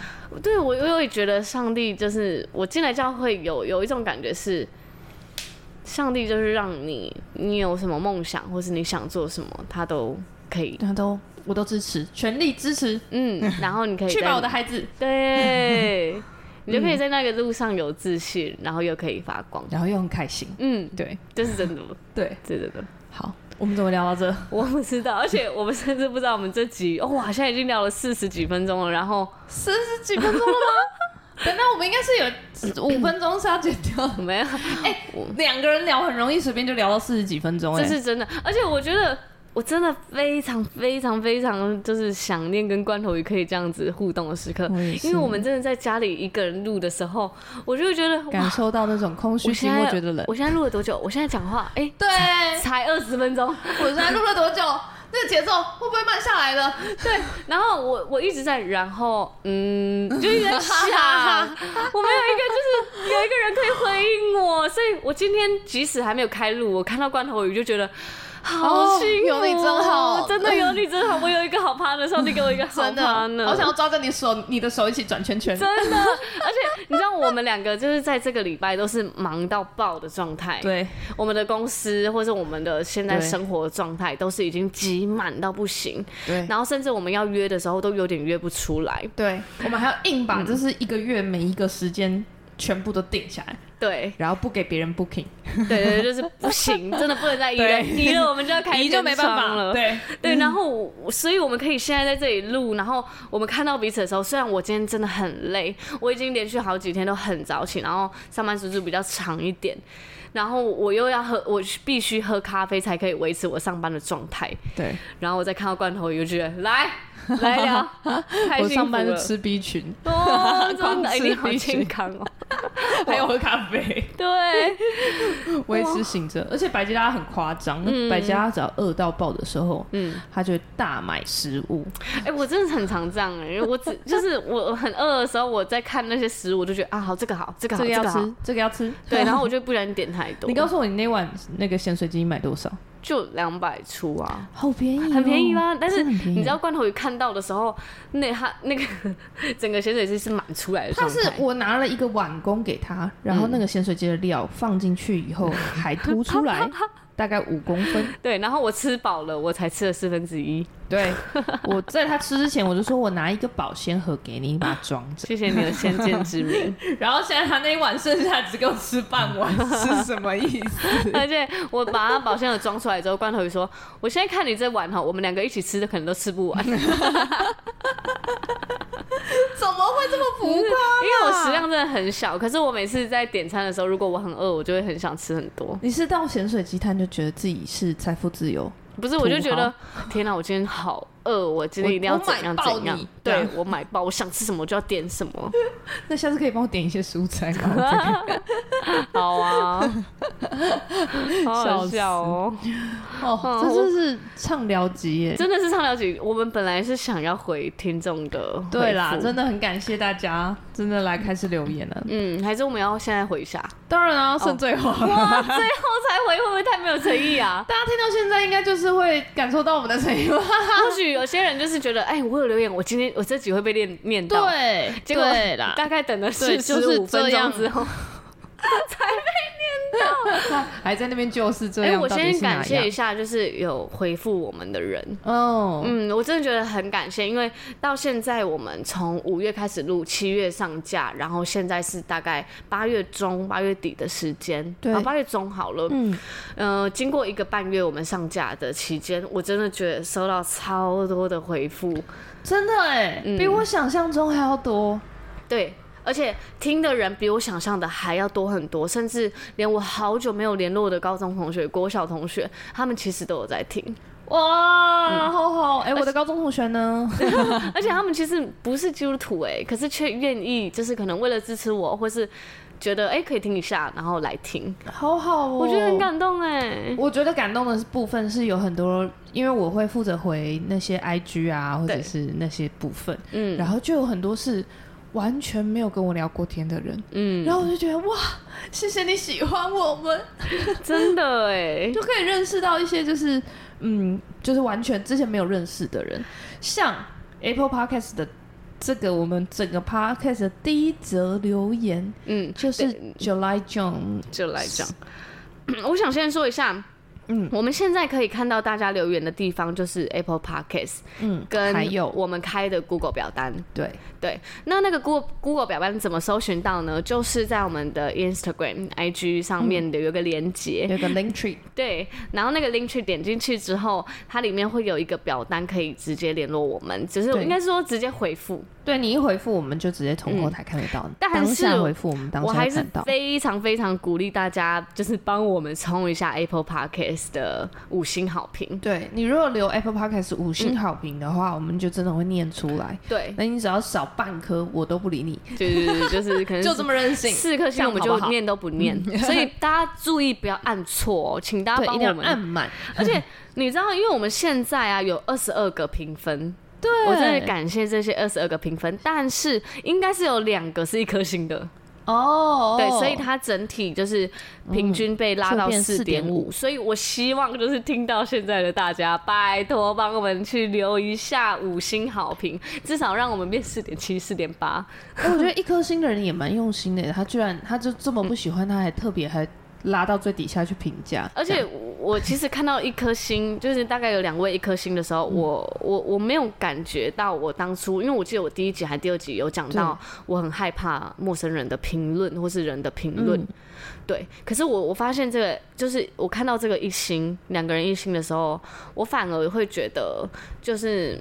Speaker 3: 对我，我也觉得上帝就是我进来教会有有一种感觉是，上帝就是让你你有什么梦想，或是你想做什么，他都可以，
Speaker 2: 他啊都我都支持，全力支持，
Speaker 3: 嗯，然后你可以
Speaker 2: 去
Speaker 3: 在
Speaker 2: 吧，我的孩子。嗯
Speaker 3: 对，你就可以在那个路上有自信，然后又可以发光，
Speaker 2: 然后又很开心。
Speaker 3: 嗯，
Speaker 2: 对
Speaker 3: 这是真的，
Speaker 2: (laughs) 对，
Speaker 3: 这是真的，
Speaker 2: 好，我们怎么聊到这？
Speaker 3: 我不知道，而且我们甚至不知道我们这集，哦哇，现在已经聊了四十几分钟了，然后
Speaker 2: 四十几分钟了吗？ (laughs) 等到我们应该是有五分钟是要剪掉的。
Speaker 3: 没有，
Speaker 2: 哎两个人聊很容易，随便就聊到四十几分钟、欸，
Speaker 3: 这是真的，而且我觉得。我真的非常非常非常就是想念跟关头鱼可以这样子互动的时刻
Speaker 2: 我也，是
Speaker 3: 因为我们真的在家里一个人录的时候，我就会觉得
Speaker 2: 感
Speaker 3: 哇，
Speaker 2: 受到那种空虚
Speaker 3: 我
Speaker 2: 寂
Speaker 3: 现
Speaker 2: 寞，
Speaker 3: 在
Speaker 2: 觉得冷。
Speaker 3: 我现在录了多久？我现在讲话，哎、
Speaker 2: 对，
Speaker 3: 才二十分钟，
Speaker 2: 我现在录了多久？那个节奏会不会慢下来 (laughs) 了？
Speaker 3: 对，然后我我一直在，然后
Speaker 2: (laughs)
Speaker 3: 嗯，就一直在想，我没有一个就是有一个人可以回应我，所以我今天即使还没有开录，我看到罐头鱼就觉得。好
Speaker 2: 哦
Speaker 3: 幸福、
Speaker 2: 有你真好
Speaker 3: 真的有你真好。我有一个好
Speaker 2: (laughs)
Speaker 3: partner，上帝给我一个好 partner，
Speaker 2: 好想要抓着你手，你的手一起转圈圈。
Speaker 3: 真的。而且你知道，我们两个就是在这个礼拜都是忙到爆的状态。
Speaker 2: 对，
Speaker 3: 我们的公司或者我们的现在
Speaker 2: 对
Speaker 3: 生活状态都是已经挤满到不行，
Speaker 2: 对
Speaker 3: 然后甚至我们要约的时候都有点约不出来。
Speaker 2: 对，我们还要硬把就是一个月每一个时间全部都定下来，
Speaker 3: 对
Speaker 2: 然后不给别人 booking，
Speaker 3: (laughs) 对对，对就是不行，真的不能再移了，
Speaker 2: 对
Speaker 3: 移了我们就要开
Speaker 2: 你就没办
Speaker 3: 天
Speaker 2: 法
Speaker 3: 窗了。
Speaker 2: 对，
Speaker 3: 对，然后我所以我们可以现在在这里录，然后我们看到彼此的时候，虽然我今天真的很累，我已经连续好几天都很早起，然后上班时数比较长一点，然后我又要喝，我必须喝咖啡才可以维持我上班的状态。
Speaker 2: 对，
Speaker 3: 然后我再看到罐头，我就觉得来来聊，
Speaker 2: (laughs)
Speaker 3: 太
Speaker 2: 我
Speaker 3: 幸
Speaker 2: 上
Speaker 3: 福
Speaker 2: 班就
Speaker 3: 了。
Speaker 2: 吃 B 群， (laughs)
Speaker 3: 哦，真
Speaker 2: 光
Speaker 3: 的，哎
Speaker 2: 吃
Speaker 3: 你好
Speaker 2: 必须
Speaker 3: 健康
Speaker 2: (laughs)
Speaker 3: 哦。
Speaker 2: 还有喝咖啡。
Speaker 3: 对，
Speaker 2: 维持醒着，而且百吉拉很夸张，百吉拉只要饿到爆的时候，
Speaker 3: 嗯
Speaker 2: 嗯，他就会大买食物，
Speaker 3: 哎、我真的很常这样哎、因为我只就是我很饿的时候，我在看那些食物，我就觉得啊，好，这个好，这个好，
Speaker 2: 这
Speaker 3: 这
Speaker 2: 个要
Speaker 3: 个好，
Speaker 2: 吃，这个要吃。 (laughs)
Speaker 3: 对，然后我就不小心点太多，
Speaker 2: 你告诉我你那碗那个咸水鸡买多少？
Speaker 3: 就两百出啊。
Speaker 2: 好便宜，哦
Speaker 3: 很便宜？吗？但是
Speaker 2: 哎真的很便宜
Speaker 3: 你知道罐头鱼看到的时候，那它那个整个咸水鸡是满出来的
Speaker 2: 他
Speaker 3: 状
Speaker 2: 是
Speaker 3: 态。
Speaker 2: 我拿了一个碗公给他，然后那个咸水鸡的料放进去以后还凸出 (laughs) 来，大概五公分。
Speaker 3: 对，然后我吃饱了，我才吃了四分之一。
Speaker 2: 对，我在他吃之前我就说我拿一个保鲜盒给你，你把它装着。
Speaker 3: 谢谢你的先见之明。
Speaker 2: (laughs) 然后现在他那一碗剩下只给我吃半 (laughs) 碗，是什么意思？
Speaker 3: 而且我把它保鲜盒装出来之后，罐头鱼说：“我现在看你这碗哈，我们两个一起吃的可能都吃不完。”
Speaker 2: 怎么会这么浮夸？
Speaker 3: 因为我
Speaker 2: 啊
Speaker 3: 食量真的很小，可是我每次在点餐的时候，如果我很饿，我就会很想吃很多。
Speaker 2: 你是到咸水鸡摊就觉得自己是财富自由？
Speaker 3: 不是，我就觉得 (laughs) 天哪，我今天好饿，我今天一定要怎样
Speaker 2: 我我买爆
Speaker 3: 怎样
Speaker 2: 你。
Speaker 3: 对
Speaker 2: 这样
Speaker 3: 我买爆，我想吃什么我就要点什
Speaker 2: (laughs)
Speaker 3: 么。
Speaker 2: 那下次可以帮我点一些蔬菜 (laughs) 吗？
Speaker 3: 好
Speaker 2: (laughs)
Speaker 3: 啊，好好笑哦！
Speaker 2: 哦，这真是畅聊集耶！
Speaker 3: 真的是畅聊局，我们本来是想要回听众的回复，
Speaker 2: 对啦，真的很感谢大家，真的来开始留言了。
Speaker 3: 嗯，还是我们要现在回一下？
Speaker 2: (laughs) 当然啊，剩最后， (laughs)
Speaker 3: 哇，最后才回会不会太没有诚意啊？
Speaker 2: 大家听到现在应该就是会感受到我们的诚意吧？
Speaker 3: 或许有些人就是觉得，哎，我有留言，我今天我这集会被念念到，
Speaker 2: 对， (laughs)
Speaker 3: 结果
Speaker 2: 对啦，
Speaker 3: 大概等了
Speaker 2: 对
Speaker 3: 四
Speaker 2: 就
Speaker 3: 十
Speaker 2: 是
Speaker 3: 五分钟
Speaker 2: 这样
Speaker 3: 之后，才被念到。
Speaker 4: 还在那边就是这
Speaker 3: 哎、
Speaker 4: 样。
Speaker 3: 我
Speaker 4: 到底
Speaker 3: 先
Speaker 4: 是哪
Speaker 3: 感谢一
Speaker 4: 样，
Speaker 3: 下，就是有回复我们的人。
Speaker 4: 哦，
Speaker 3: 嗯，我真的觉得很感谢，因为到现在我们从五月开始录，七月上架，然后现在是大概八月中、八月底的时间，啊
Speaker 4: 对
Speaker 3: 八、8月中好了。
Speaker 2: 嗯，
Speaker 3: 呃，经过一个半月我们上架的期间，我真的觉得收到超多的回复，
Speaker 2: 真的哎、
Speaker 3: 嗯
Speaker 2: 比我想象中还要多。
Speaker 3: 对，而且听的人比我想象的还要多很多，甚至连我好久没有联络的高中同学、国小同学，他们其实都有在听，
Speaker 2: 哇，好好！哎、我的高中同学 (laughs) 呢？
Speaker 3: 而且他们其实不是基督徒哎、可是却愿意，就是可能为了支持我，或是觉得哎、可以听一下，然后来听，
Speaker 2: 好好哦，
Speaker 3: 我觉得很。感动哎、
Speaker 2: 我觉得感动的部分是有很多，因为我会负责回那些 IG 啊，或者
Speaker 3: 对
Speaker 2: 是那些部分，
Speaker 3: 嗯
Speaker 2: 然后就有很多是完全没有跟我聊过天的人，
Speaker 3: 嗯，
Speaker 2: 然后我就觉得哇，谢谢你喜欢我们，
Speaker 3: 真的哎、
Speaker 2: 就可以认识到一些就是嗯，就是完全之前没有认识的人，像 Apple Podcast 的这个我们整个 Podcast 的第一则留言
Speaker 3: 嗯，
Speaker 2: 就是 July John，
Speaker 3: 就来讲。 (clears throat) 我想先说一下，嗯，我们现在可以看到大家留言的地方就是 Apple Podcast
Speaker 2: 嗯，
Speaker 3: 跟
Speaker 2: 还有
Speaker 3: 我们开的 Google 表单。
Speaker 2: 对，
Speaker 3: 对，那那个 Google Google 表单怎么搜寻到呢？就是在我们的 Instagram IG 上面的有个连接，
Speaker 2: 有个 Link Tree，
Speaker 3: 对，然后那个 link 去点进去之后，它里面会有一个表单可以直接联络我们，只是
Speaker 2: 对
Speaker 3: 应该说直接回复。
Speaker 2: 对你一回复我们就直接从后台看得到，
Speaker 3: 嗯但
Speaker 2: 当
Speaker 3: 是
Speaker 2: 下回复我们当
Speaker 3: 我
Speaker 2: 下
Speaker 3: 还是
Speaker 2: 看到，
Speaker 3: 非常非常鼓励大家，就是帮我们冲一下 Apple Podcast 的五星好评。
Speaker 2: 对你如果留 Apple Podcast 五星好评的话，我们就真的会念出来。
Speaker 3: 嗯对，
Speaker 2: 那你只要少半颗，我都不理你。
Speaker 3: 就是就是
Speaker 2: (laughs)
Speaker 3: 可能
Speaker 4: 就这么任性。
Speaker 3: 四颗星我们
Speaker 2: 这样
Speaker 3: 就
Speaker 2: 好不好
Speaker 3: 念都不念，
Speaker 2: (laughs)
Speaker 3: 所以大家注意不要按错哦，请大家
Speaker 2: 对，一
Speaker 3: 帮
Speaker 2: 定
Speaker 3: 我
Speaker 2: 要按
Speaker 3: 们。
Speaker 2: 满。
Speaker 3: (laughs) 而
Speaker 2: (laughs)
Speaker 3: 且你知道，因为我们现在啊有二十二个评分，
Speaker 2: 对，
Speaker 3: 我真的感谢这些二十二个评分，但是应该是有两个是一颗星的，
Speaker 2: 哦，
Speaker 3: 对，所以它整体就是平均被拉到四点
Speaker 2: 哦
Speaker 3: 五，所以我希望就是听到现在的大家，拜托帮我们去留一下五星好评，至少让我们变四点七、四点八，
Speaker 2: 哎我觉得一颗星的人也蛮用心的，他居然他就这么
Speaker 3: 嗯
Speaker 2: 不喜欢，他还特别还拉到最底下去评价，
Speaker 3: 而
Speaker 2: 这
Speaker 3: 且
Speaker 2: 样
Speaker 3: 我我其实看到一颗星，就是大概有两位一颗星的时候，
Speaker 2: 嗯
Speaker 3: 我我我没有感觉到我当初，因为我记得我第一集还第二集有讲到，我很害怕陌生人的评论或是人的评
Speaker 2: 嗯
Speaker 3: 论，对。可是我我发现这个，就是我看到这个一星两个人一星的时候，我反而会觉得就是。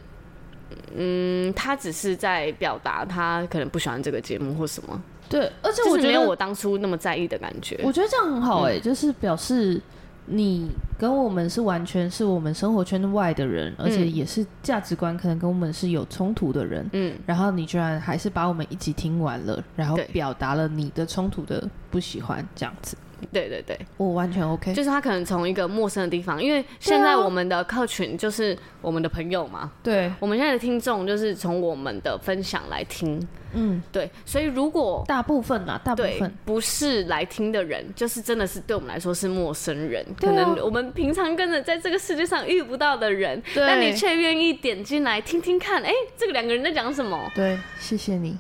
Speaker 3: 嗯，他只是在表达他可能不喜欢这个节目或什么，
Speaker 2: 对，而且
Speaker 3: 就
Speaker 2: 我
Speaker 3: 是
Speaker 2: 觉
Speaker 3: 没有
Speaker 2: 得
Speaker 3: 我当初那么在意的感觉。
Speaker 2: 我觉得这样很
Speaker 3: 嗯
Speaker 2: 好哎、就是表示你跟我们是完全是我们生活圈外的人，
Speaker 3: 嗯
Speaker 2: 而且也是价值观可能跟我们是有冲突的人，
Speaker 3: 嗯，
Speaker 2: 然后你居然还是把我们一起听完了，然后
Speaker 3: 对
Speaker 2: 表达了你的冲突的不喜欢，这样子，
Speaker 3: 对对对。
Speaker 2: 我完全 OK。
Speaker 3: 就是他可能从一个陌生的地方，因为现在我们的客群就是我们的朋友嘛，
Speaker 2: 对，
Speaker 3: 我们现在的听众就是从我们的分享来听，
Speaker 2: 嗯，
Speaker 3: 对，所以如果
Speaker 2: 大部分啦，大部
Speaker 3: 对
Speaker 2: 分，
Speaker 3: 不是来听的人，就是真的是对我们来说是陌生人，
Speaker 2: 对
Speaker 3: 可
Speaker 2: 啊
Speaker 3: 能我们平常跟着在这个世界上遇不到的人，
Speaker 2: 对
Speaker 3: 但你却愿意点进来听听看，哎、这个两个人在讲什么？
Speaker 2: 对，谢谢你。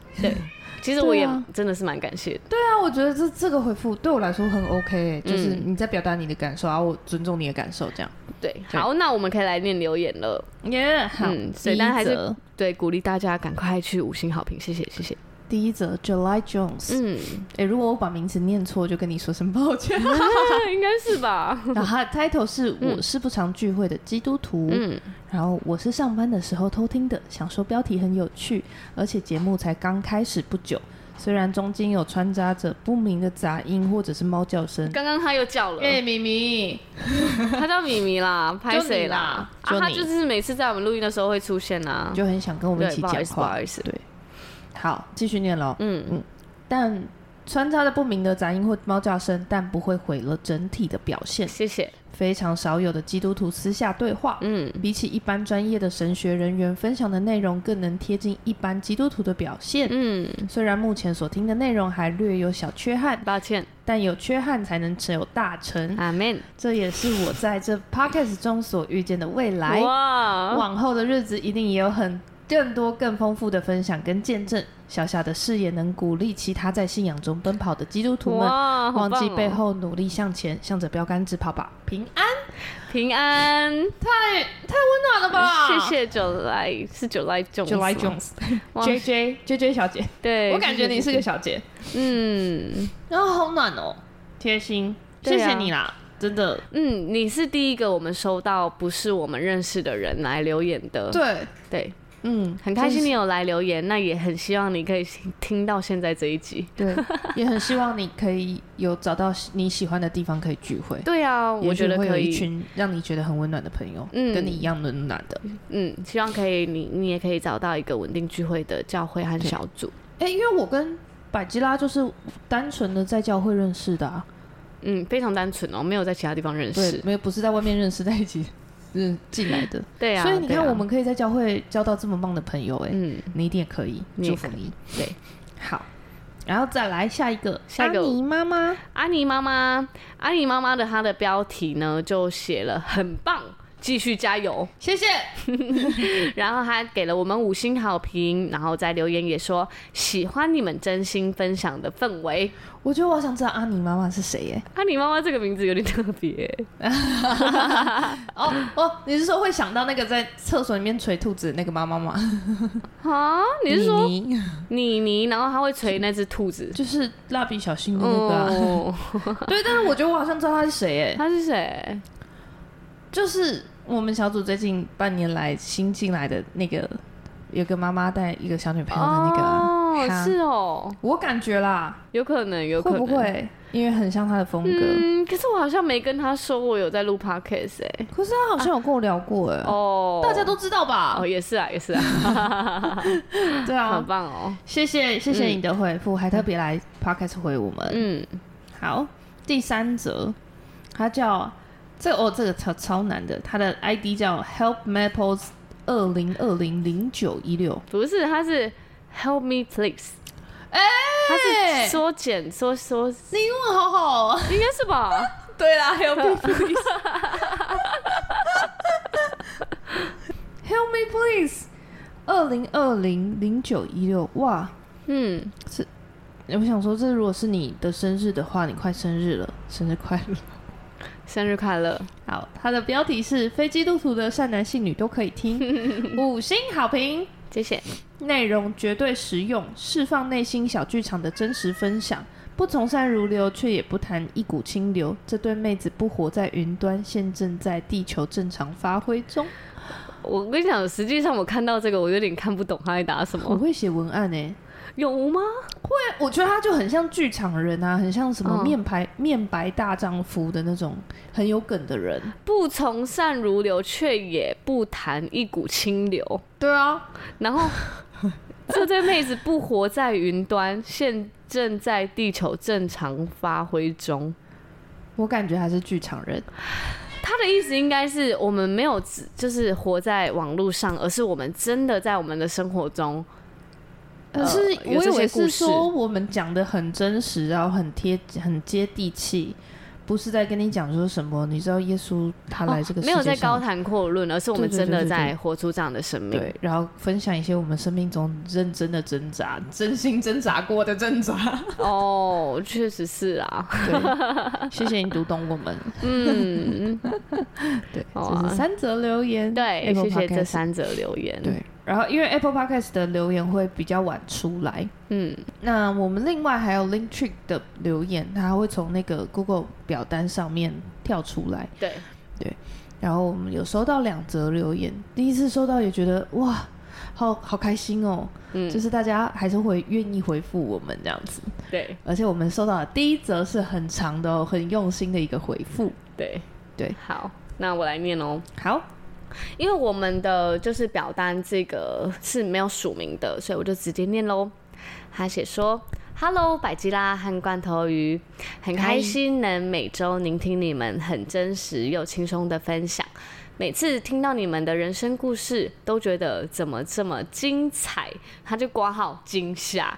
Speaker 3: 其实我也
Speaker 2: 对啊
Speaker 3: 真的是蛮感谢的，
Speaker 2: 那啊我觉得这这个回复对我来说很 OK，、欸、就是
Speaker 3: 嗯
Speaker 2: 你在表达你的感受，然后我尊重你的感受，这样。
Speaker 3: 对，好，那我们可以来念留言了，
Speaker 2: 耶、好，
Speaker 3: 嗯所
Speaker 2: 第
Speaker 3: 以大家还
Speaker 2: 一
Speaker 3: 是
Speaker 2: 则，
Speaker 3: 对，鼓励大家赶快去五星好评，谢谢，谢谢，
Speaker 2: 第一则，July Jones。
Speaker 3: 嗯。
Speaker 2: (laughs) 哎、如果我把名字念错，就跟你说声
Speaker 3: (laughs)
Speaker 2: 抱歉。
Speaker 3: 应该是吧。
Speaker 2: 然后他的 title 是我是不常聚会的基督徒，
Speaker 3: 嗯，
Speaker 2: 然后我是上班的时候偷听的，想说标题很有趣，而且节目才刚开始不久，虽然中间有穿插着不明的杂音或者是猫叫声。
Speaker 3: 刚刚他又叫
Speaker 2: (laughs)
Speaker 3: 了，
Speaker 2: 咪咪，
Speaker 3: 他叫米米啦，拍谁
Speaker 2: 就
Speaker 3: 啊，
Speaker 2: 你
Speaker 3: 他
Speaker 2: 啦就你
Speaker 3: 就是每次在我们录音的时候会出现啊。
Speaker 2: 就很想跟我们一
Speaker 3: 对，
Speaker 2: 起
Speaker 3: 不
Speaker 2: 讲
Speaker 3: 好意思，不
Speaker 2: 话
Speaker 3: 好。意思。
Speaker 2: 对，好，继续念喽。
Speaker 3: 嗯，
Speaker 2: 但穿插着不明的杂音或猫叫声，但不会毁了整体的表现。
Speaker 3: 谢谢。
Speaker 2: 非常少有的基督徒私下对话，
Speaker 3: 嗯，
Speaker 2: 比起一般专业的神学人员分享的内容，更能贴近一般基督徒的表现。
Speaker 3: 嗯，
Speaker 2: 虽然目前所听的内容还略有小缺憾，
Speaker 3: 抱歉。
Speaker 2: 但有缺憾才能成有大成。
Speaker 3: 阿 man。
Speaker 2: 这也是我在这 podcast 中所遇见的未来。
Speaker 3: 哇，
Speaker 2: 往后的日子一定也有很更多更丰富的分享跟见证。小小的视野能鼓励其他在信仰中奔跑的基督徒们，
Speaker 3: 哇，好
Speaker 2: 忘
Speaker 3: 棒
Speaker 2: 记
Speaker 3: 哦
Speaker 2: 背后，努力向前，向着标杆直跑吧，平安。
Speaker 3: 平安，
Speaker 2: 太太温暖了吧？
Speaker 3: 谢谢九来是九来 Jones，
Speaker 2: July
Speaker 3: 吗
Speaker 2: Jones
Speaker 3: 哇
Speaker 2: J J J J 小姐，
Speaker 3: 对，
Speaker 2: 我感觉你是
Speaker 3: 谢谢
Speaker 2: 个小姐，
Speaker 3: 嗯
Speaker 2: 然后好暖哦，贴心，
Speaker 3: 对
Speaker 2: 谢
Speaker 3: 啊
Speaker 2: 谢你啦，真的。
Speaker 3: 嗯，你是第一个我们收到不是我们认识的人来留言的，
Speaker 2: 对，
Speaker 3: 对，
Speaker 2: 嗯，
Speaker 3: 很开心
Speaker 2: 真
Speaker 3: 你有来留言，那也很希望你可以听到现在这一集。
Speaker 2: 是。对， (laughs) 也很希望你可以有找到你喜欢的地方可以聚会。
Speaker 3: 对啊，我
Speaker 2: 也许
Speaker 3: 觉得
Speaker 2: 会有
Speaker 3: 可
Speaker 2: 一
Speaker 3: 以，
Speaker 2: 群让你觉得很温暖的朋友，
Speaker 3: 嗯
Speaker 2: 跟你一样温暖的。
Speaker 3: 嗯，希望可以，你你也可以找到一个稳定聚会的教会和小组。
Speaker 2: 哎、因为我跟百吉拉就是单纯的在教会认识的啊，
Speaker 3: 嗯，非常单纯哦，没有在其他地方认
Speaker 2: 对，
Speaker 3: 识。
Speaker 2: 没有不是在外面认识，在一起 (laughs) 嗯进来的。
Speaker 3: 对啊，
Speaker 2: 所以你
Speaker 3: 对
Speaker 2: 看，
Speaker 3: 啊
Speaker 2: 我们，可以在教会交到这么棒的朋友、哎、
Speaker 3: 嗯，
Speaker 2: 你一定也可以，
Speaker 3: 你也
Speaker 2: 祝福你。对，好，然后再来下一个，
Speaker 3: 下一个
Speaker 2: 安妮妈妈，
Speaker 3: 安妮妈妈，安妮妈妈的她的标题呢就写了很棒，继续加油。 (laughs)
Speaker 2: 谢谢，
Speaker 3: 然后她给了我们五星好评，然后在留言也说喜欢你们真心分享的氛围。
Speaker 2: 我觉得我好想知道安妮妈妈是谁耶、
Speaker 3: 安妮妈妈这个名字有点特
Speaker 2: (laughs)
Speaker 3: 别，
Speaker 2: 哦哦，你是说会想到那个在厕所里面捶兔子的那个妈妈吗？
Speaker 3: 啊，你是说
Speaker 2: 妮妮
Speaker 3: 妮妮，然后她会捶那只兔子？
Speaker 2: 就是蜡笔小新的那个、啊？
Speaker 3: 哦，
Speaker 2: (laughs) 对，但是我觉得我好像知道她是谁耶、
Speaker 3: 她是谁？
Speaker 2: 就是我们小组最近半年来新进来的那个，有个妈妈带一个小女朋友的那个啊、
Speaker 3: 哦，
Speaker 2: 她
Speaker 3: 是哦，
Speaker 2: 我感觉啦，
Speaker 3: 有可能，有可
Speaker 2: 会
Speaker 3: 能
Speaker 2: 不会因为很像她的风格？
Speaker 3: 嗯，可是我好像没跟他说我有在录 podcast 哎、
Speaker 2: 可是她好像有跟我聊过哎、
Speaker 3: 哦，
Speaker 2: 大家都知道吧
Speaker 3: 哦？也是啊也
Speaker 2: (laughs)
Speaker 3: 是啊， (laughs)
Speaker 2: 对
Speaker 3: 好
Speaker 2: 啊，
Speaker 3: 棒哦，
Speaker 2: 谢谢谢谢你的回复，还特别来 podcast 回我们。
Speaker 3: 嗯，
Speaker 2: 好，第三则，它叫这个哦，这个超超难的，它的 ID 叫 Help Maples 二零二零零九一六，
Speaker 3: 不是，他是 help me please，
Speaker 2: 哎
Speaker 3: 他是缩减缩缩，
Speaker 2: 你英文好好、哦。
Speaker 3: 应该是
Speaker 2: (laughs)
Speaker 3: 吧？
Speaker 2: 对啦，Help me please。Help me please。二零二零零九一六，哇！
Speaker 3: 嗯，
Speaker 2: 我想说，这如果是你的生日的话，你快生日了，生日快乐！
Speaker 3: 生日快乐，
Speaker 2: 好，它的标题是“非基督徒的善男信女都可以 (laughs) 听”，五星好评，
Speaker 3: 谢谢，
Speaker 2: 内容绝对实用，释放内心小剧场的真实分享，不从善如流，却也不谈一股清流。这对妹子不活在云端，现正在地球正常发挥中。
Speaker 3: 我跟你讲，实际上我看到这个，我有点看不懂他在打什
Speaker 2: 我
Speaker 3: 么，
Speaker 2: 会写文案诶、欸
Speaker 3: 有吗？
Speaker 2: 我觉得他就很像剧场人啊，很像什么
Speaker 3: 嗯
Speaker 2: 面白、面白大丈夫的那种很有梗的人。
Speaker 3: 不从善如流，却也不谈一股清流。
Speaker 2: 对啊，
Speaker 3: 然后这对妹子不活在云端，现正在地球正常发挥中。
Speaker 2: 我感觉他是剧场人。
Speaker 3: 她的意思应该是我们没有只就是活在网络上，而是我们真的在我们的生活中。
Speaker 2: 可
Speaker 3: 呃
Speaker 2: 是
Speaker 3: 有
Speaker 2: 我以
Speaker 3: 这些
Speaker 2: 为
Speaker 3: 故
Speaker 2: 是
Speaker 3: 事
Speaker 2: 说我们讲的很真实，然后很贴很接地气，不是在跟你讲说什么。你知道耶稣他来这个
Speaker 3: 哦
Speaker 2: 世
Speaker 3: 没
Speaker 2: 界上、
Speaker 3: 有在高谈阔论，而是我们
Speaker 2: 对对
Speaker 3: 真的
Speaker 2: 对对
Speaker 3: 在
Speaker 2: 对
Speaker 3: 活出这样的生命。
Speaker 2: 对，然后分享一些我们生命中认真的挣扎，真心挣扎过的挣扎。 (laughs)
Speaker 3: 哦，确实是啊。
Speaker 2: 对，谢谢你读懂我们。
Speaker 3: 嗯，
Speaker 2: 对，
Speaker 3: 好
Speaker 2: 这
Speaker 3: 啊
Speaker 2: 是三则留言。
Speaker 3: 对，
Speaker 2: (laughs) Apple
Speaker 3: 谢谢这
Speaker 2: Podcast
Speaker 3: 三者留言。
Speaker 2: 对，然后因为 Apple Podcast 的留言会比较晚出来，
Speaker 3: 嗯，
Speaker 2: 那我们另外还有 Linktree 的留言，它会从那个 Google 表单上面跳出来。
Speaker 3: 对，
Speaker 2: 然后我们有收到两则留言，第一次收到也觉得哇，好好开心哦，
Speaker 3: 嗯，
Speaker 2: 就是大家还是会愿意回复我们这样子。
Speaker 3: 对
Speaker 2: 而且我们收到的第一则是很长的、哦，很用心的一个回复。
Speaker 3: 对
Speaker 2: 对，
Speaker 3: 好，那我来念哦。
Speaker 2: 好，
Speaker 3: 因为我们的就是表单这个是没有署名的，所以我就直接念喽。他写说：“Hello，百吉拉和罐头鱼，很开心能每周聆听你们很真实又轻松的分享。每次听到你们的人生故事，都觉得怎么这么精彩。”他就挂号惊吓，。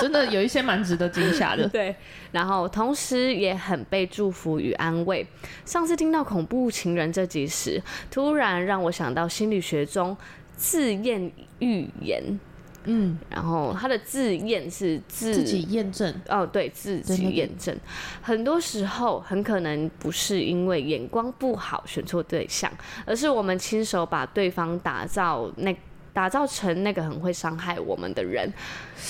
Speaker 2: 真的有一些蛮值得惊吓的 (laughs)
Speaker 3: (laughs) 对，然后同时也很被祝福与安慰。上次听到恐怖情人这集时，突然让我想到心理学中自验预言，
Speaker 1: 嗯，
Speaker 3: 然后他的自验是自
Speaker 1: 自己验证，
Speaker 3: 哦，对自
Speaker 1: 对那
Speaker 3: 己
Speaker 1: 个
Speaker 3: 验证，很多时候很可能不是因为眼光不好选错对象，而是我们亲手把对方打造那打造成那个很会伤害我们的人，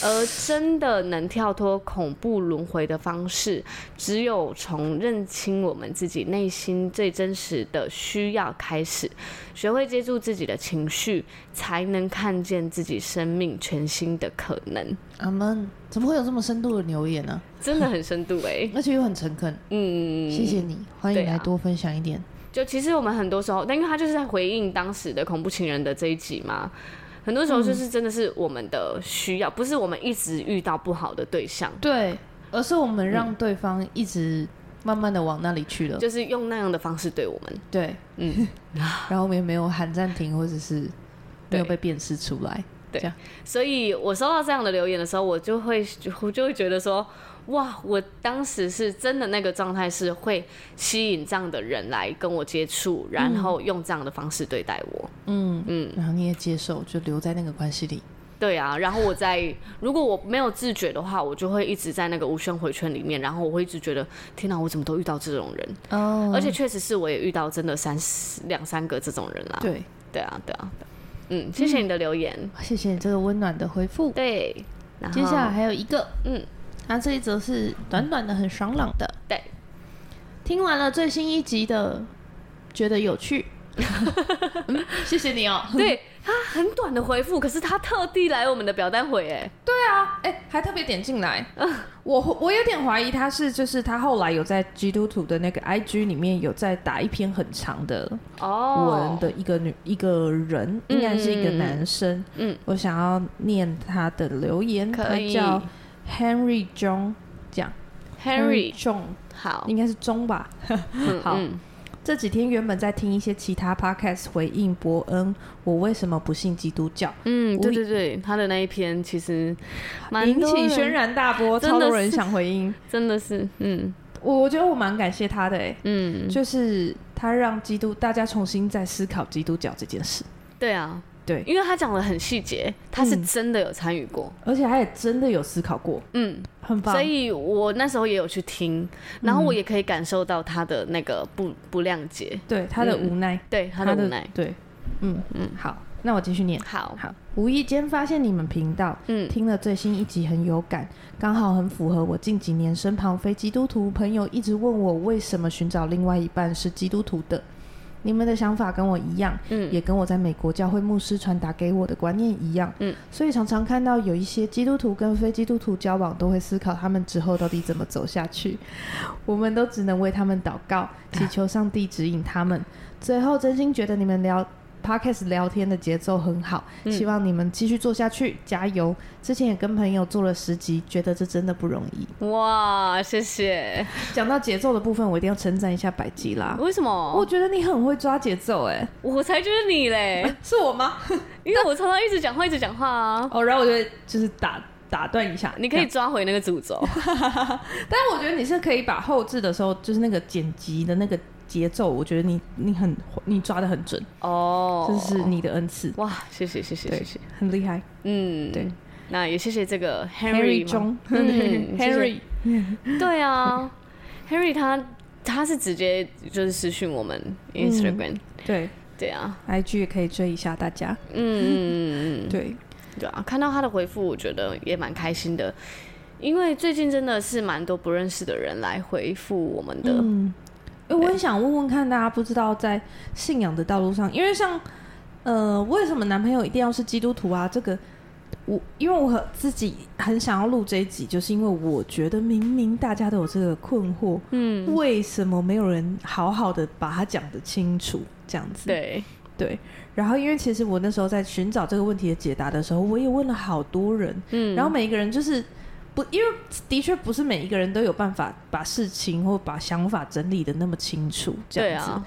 Speaker 3: 而真的能跳脱恐怖轮回的方式，只有从认清我们自己内心最真实的需要开始，学会接住自己的情绪，才能看见自己生命全新的可能。
Speaker 1: 阿门。怎么会有这么深度的留言呢、
Speaker 3: 真的很深度哎、
Speaker 1: 而且又很诚恳，
Speaker 3: 嗯，
Speaker 1: 谢谢你，欢迎
Speaker 3: 对
Speaker 1: 来
Speaker 3: 啊
Speaker 1: 多分享一点。
Speaker 3: 就其实我们很多时候，但因为他就是在回应当时的恐怖情人的这一集嘛，很多时候就是真的是我们的需要，不是我们一直遇到不好的对啊象，
Speaker 1: 对，而是我们让对方一直慢慢的往那里去了。
Speaker 3: 就是用那样的方式对我们。
Speaker 1: 对， (laughs)
Speaker 3: 嗯，
Speaker 1: 然后我们也没有喊暂停，或者是没有被辨识出来。
Speaker 3: 所以我收到这样的留言的时候，我就会我就会觉得说，哇，我当时是真的那个状态是会吸引这样的人来跟我接触，然后用这样的方式对待我。
Speaker 1: 嗯，
Speaker 3: 嗯，
Speaker 1: 然后你也接受，就留在那个关系里。
Speaker 3: 对啊，然后我在如果我没有自觉的话，我就会一直在那个无限回圈里面，然后我会一直觉得天哪，我怎么都遇到这种人，
Speaker 2: 嗯
Speaker 1: 哦
Speaker 3: 而且确实是我也遇到真的三四两三个这种人啦。
Speaker 1: 对，
Speaker 3: 对啊，对啊，对啊嗯，谢谢你的留言。
Speaker 1: 谢谢你这个温暖的回复。
Speaker 3: 对，然后
Speaker 1: 接下来还有一个，
Speaker 3: 嗯，
Speaker 1: 那这一则是短短的、很爽朗的。
Speaker 3: 对，
Speaker 1: 听完了最新一集的，觉得有
Speaker 3: (laughs)
Speaker 1: 趣。嗯谢谢你哦。
Speaker 3: 对他很短的回复，可是他特地来我们的表单回，哎，
Speaker 2: 哎、还特别点进
Speaker 3: (laughs)
Speaker 2: 来。我我有点怀疑他是，就是他后来有在基督徒的那个 IG 里面有在打一篇很长的
Speaker 3: 哦嗯
Speaker 2: 文，的一个女、一个人，应该是一个男生。
Speaker 3: 嗯嗯嗯
Speaker 2: 我想要念他的留言，他
Speaker 3: 可以
Speaker 2: 叫 Henry John，这样
Speaker 3: Henry，
Speaker 2: John
Speaker 3: 好，
Speaker 2: 应该是中吧。 (laughs)
Speaker 3: 嗯
Speaker 2: 嗯好
Speaker 3: 嗯
Speaker 2: 这几天原本在听一些其他 podcast 回应伯恩，我为什么不信基督教？
Speaker 3: 嗯，
Speaker 2: 无
Speaker 3: 对
Speaker 2: 意
Speaker 3: 对对，他的那一篇其实蛮
Speaker 2: 引
Speaker 3: 多
Speaker 2: 起
Speaker 3: 人
Speaker 2: 轩，然大波，
Speaker 3: 真
Speaker 2: 超
Speaker 3: 的
Speaker 2: 多人
Speaker 3: 是
Speaker 2: 想回应。
Speaker 3: 真的是，嗯
Speaker 2: 我我觉得我蛮感谢他的、欸，
Speaker 3: 嗯，
Speaker 2: 就是他让基督大家重新再思考基督教这件事，
Speaker 3: 对啊，
Speaker 2: 对
Speaker 3: 因为他讲的很细节，他是
Speaker 2: 嗯
Speaker 3: 真的有参与过，
Speaker 2: 而且他也真的有思考过，
Speaker 3: 嗯，
Speaker 2: 很棒。嗯
Speaker 3: 所以我那时候也有去听，然后我也可以感受到他的那个不不谅解，
Speaker 2: 对他的
Speaker 3: 嗯
Speaker 2: 无奈，
Speaker 3: 对他的无奈。
Speaker 2: 对，嗯嗯，好，那我继续念。
Speaker 3: 好，
Speaker 2: 好，无意间发现你们频道，
Speaker 3: 嗯
Speaker 2: 听了最新一集很有感，刚好很符合我近几年身旁非基督徒朋友一直问我为什么寻找另外一半是基督徒的。你们的想法跟我一样，
Speaker 3: 嗯
Speaker 2: 也跟我在美国教会牧师传达给我的观念一样，
Speaker 3: 嗯，
Speaker 2: 所以常常看到有一些基督徒跟非基督徒交往，都会思考他们之后到底怎么走下去。我们都只能为他们祷告，祈求上帝指引他们。最后，真心觉得你们聊 podcast 聊天的节奏很好，
Speaker 3: 嗯
Speaker 2: 希望你们继续做下去，加油！之前也跟朋友做了十集，觉得这真的不容易。
Speaker 3: 哇，谢谢。
Speaker 2: 讲到节奏的部分，我一定要称赞一下百吉啦。
Speaker 3: 为什
Speaker 2: 我
Speaker 3: 么？
Speaker 2: 觉得你很会抓节奏、哎，
Speaker 3: 我我才觉得你
Speaker 2: (laughs)
Speaker 3: 嘞，
Speaker 2: 是我吗？
Speaker 3: 因为我常常一直讲话，一直讲话啊。
Speaker 2: 哦，然后我就就是打打断一下，
Speaker 3: 你可以抓回那个主
Speaker 2: (laughs)
Speaker 3: 轴，
Speaker 2: 但我觉得你是可以把后置的时候，就是那个剪辑的那个节奏，我觉得你你很你抓的很准，
Speaker 3: 哦
Speaker 2: 这是你的恩赐，
Speaker 3: 哇，谢谢谢谢谢谢，
Speaker 2: 很厉害。
Speaker 3: 嗯，
Speaker 2: 对。
Speaker 3: 那也谢谢这个 Henry
Speaker 2: Henry
Speaker 3: 吗 (laughs)
Speaker 2: 中
Speaker 3: 嗯
Speaker 2: (laughs) Henry
Speaker 3: 对啊，Harry 他他是直接就是私讯我们 Instagram，、
Speaker 2: 嗯对
Speaker 3: 对啊，
Speaker 2: ，IG 也可以追一下大家。
Speaker 3: 嗯嗯嗯，嗯
Speaker 2: 对，
Speaker 3: 对啊，看到他的回复，我觉得也蛮开心的，因为最近真的是蛮多不认识的人来回复我们的，
Speaker 2: 嗯，哎，我很想问问看大家，不知道在信仰的道路上，因为像呃，为什么男朋友一定要是基督徒啊？这个我因为我很自己很想要录这一集，就是因为我觉得明明大家都有这个困惑，
Speaker 3: 嗯，
Speaker 2: 为什么没有人好好的把它讲得清楚？这样子，
Speaker 3: 对，
Speaker 2: 对。然后，因为其实我那时候在寻找这个问题的解答的时候，我也问了好多人，
Speaker 3: 嗯，
Speaker 2: 然后每一个人就是不，因为的确不是每一个人都有办法把事情或把想法整理的那么清楚，这
Speaker 3: 对
Speaker 2: 样子。
Speaker 3: 啊，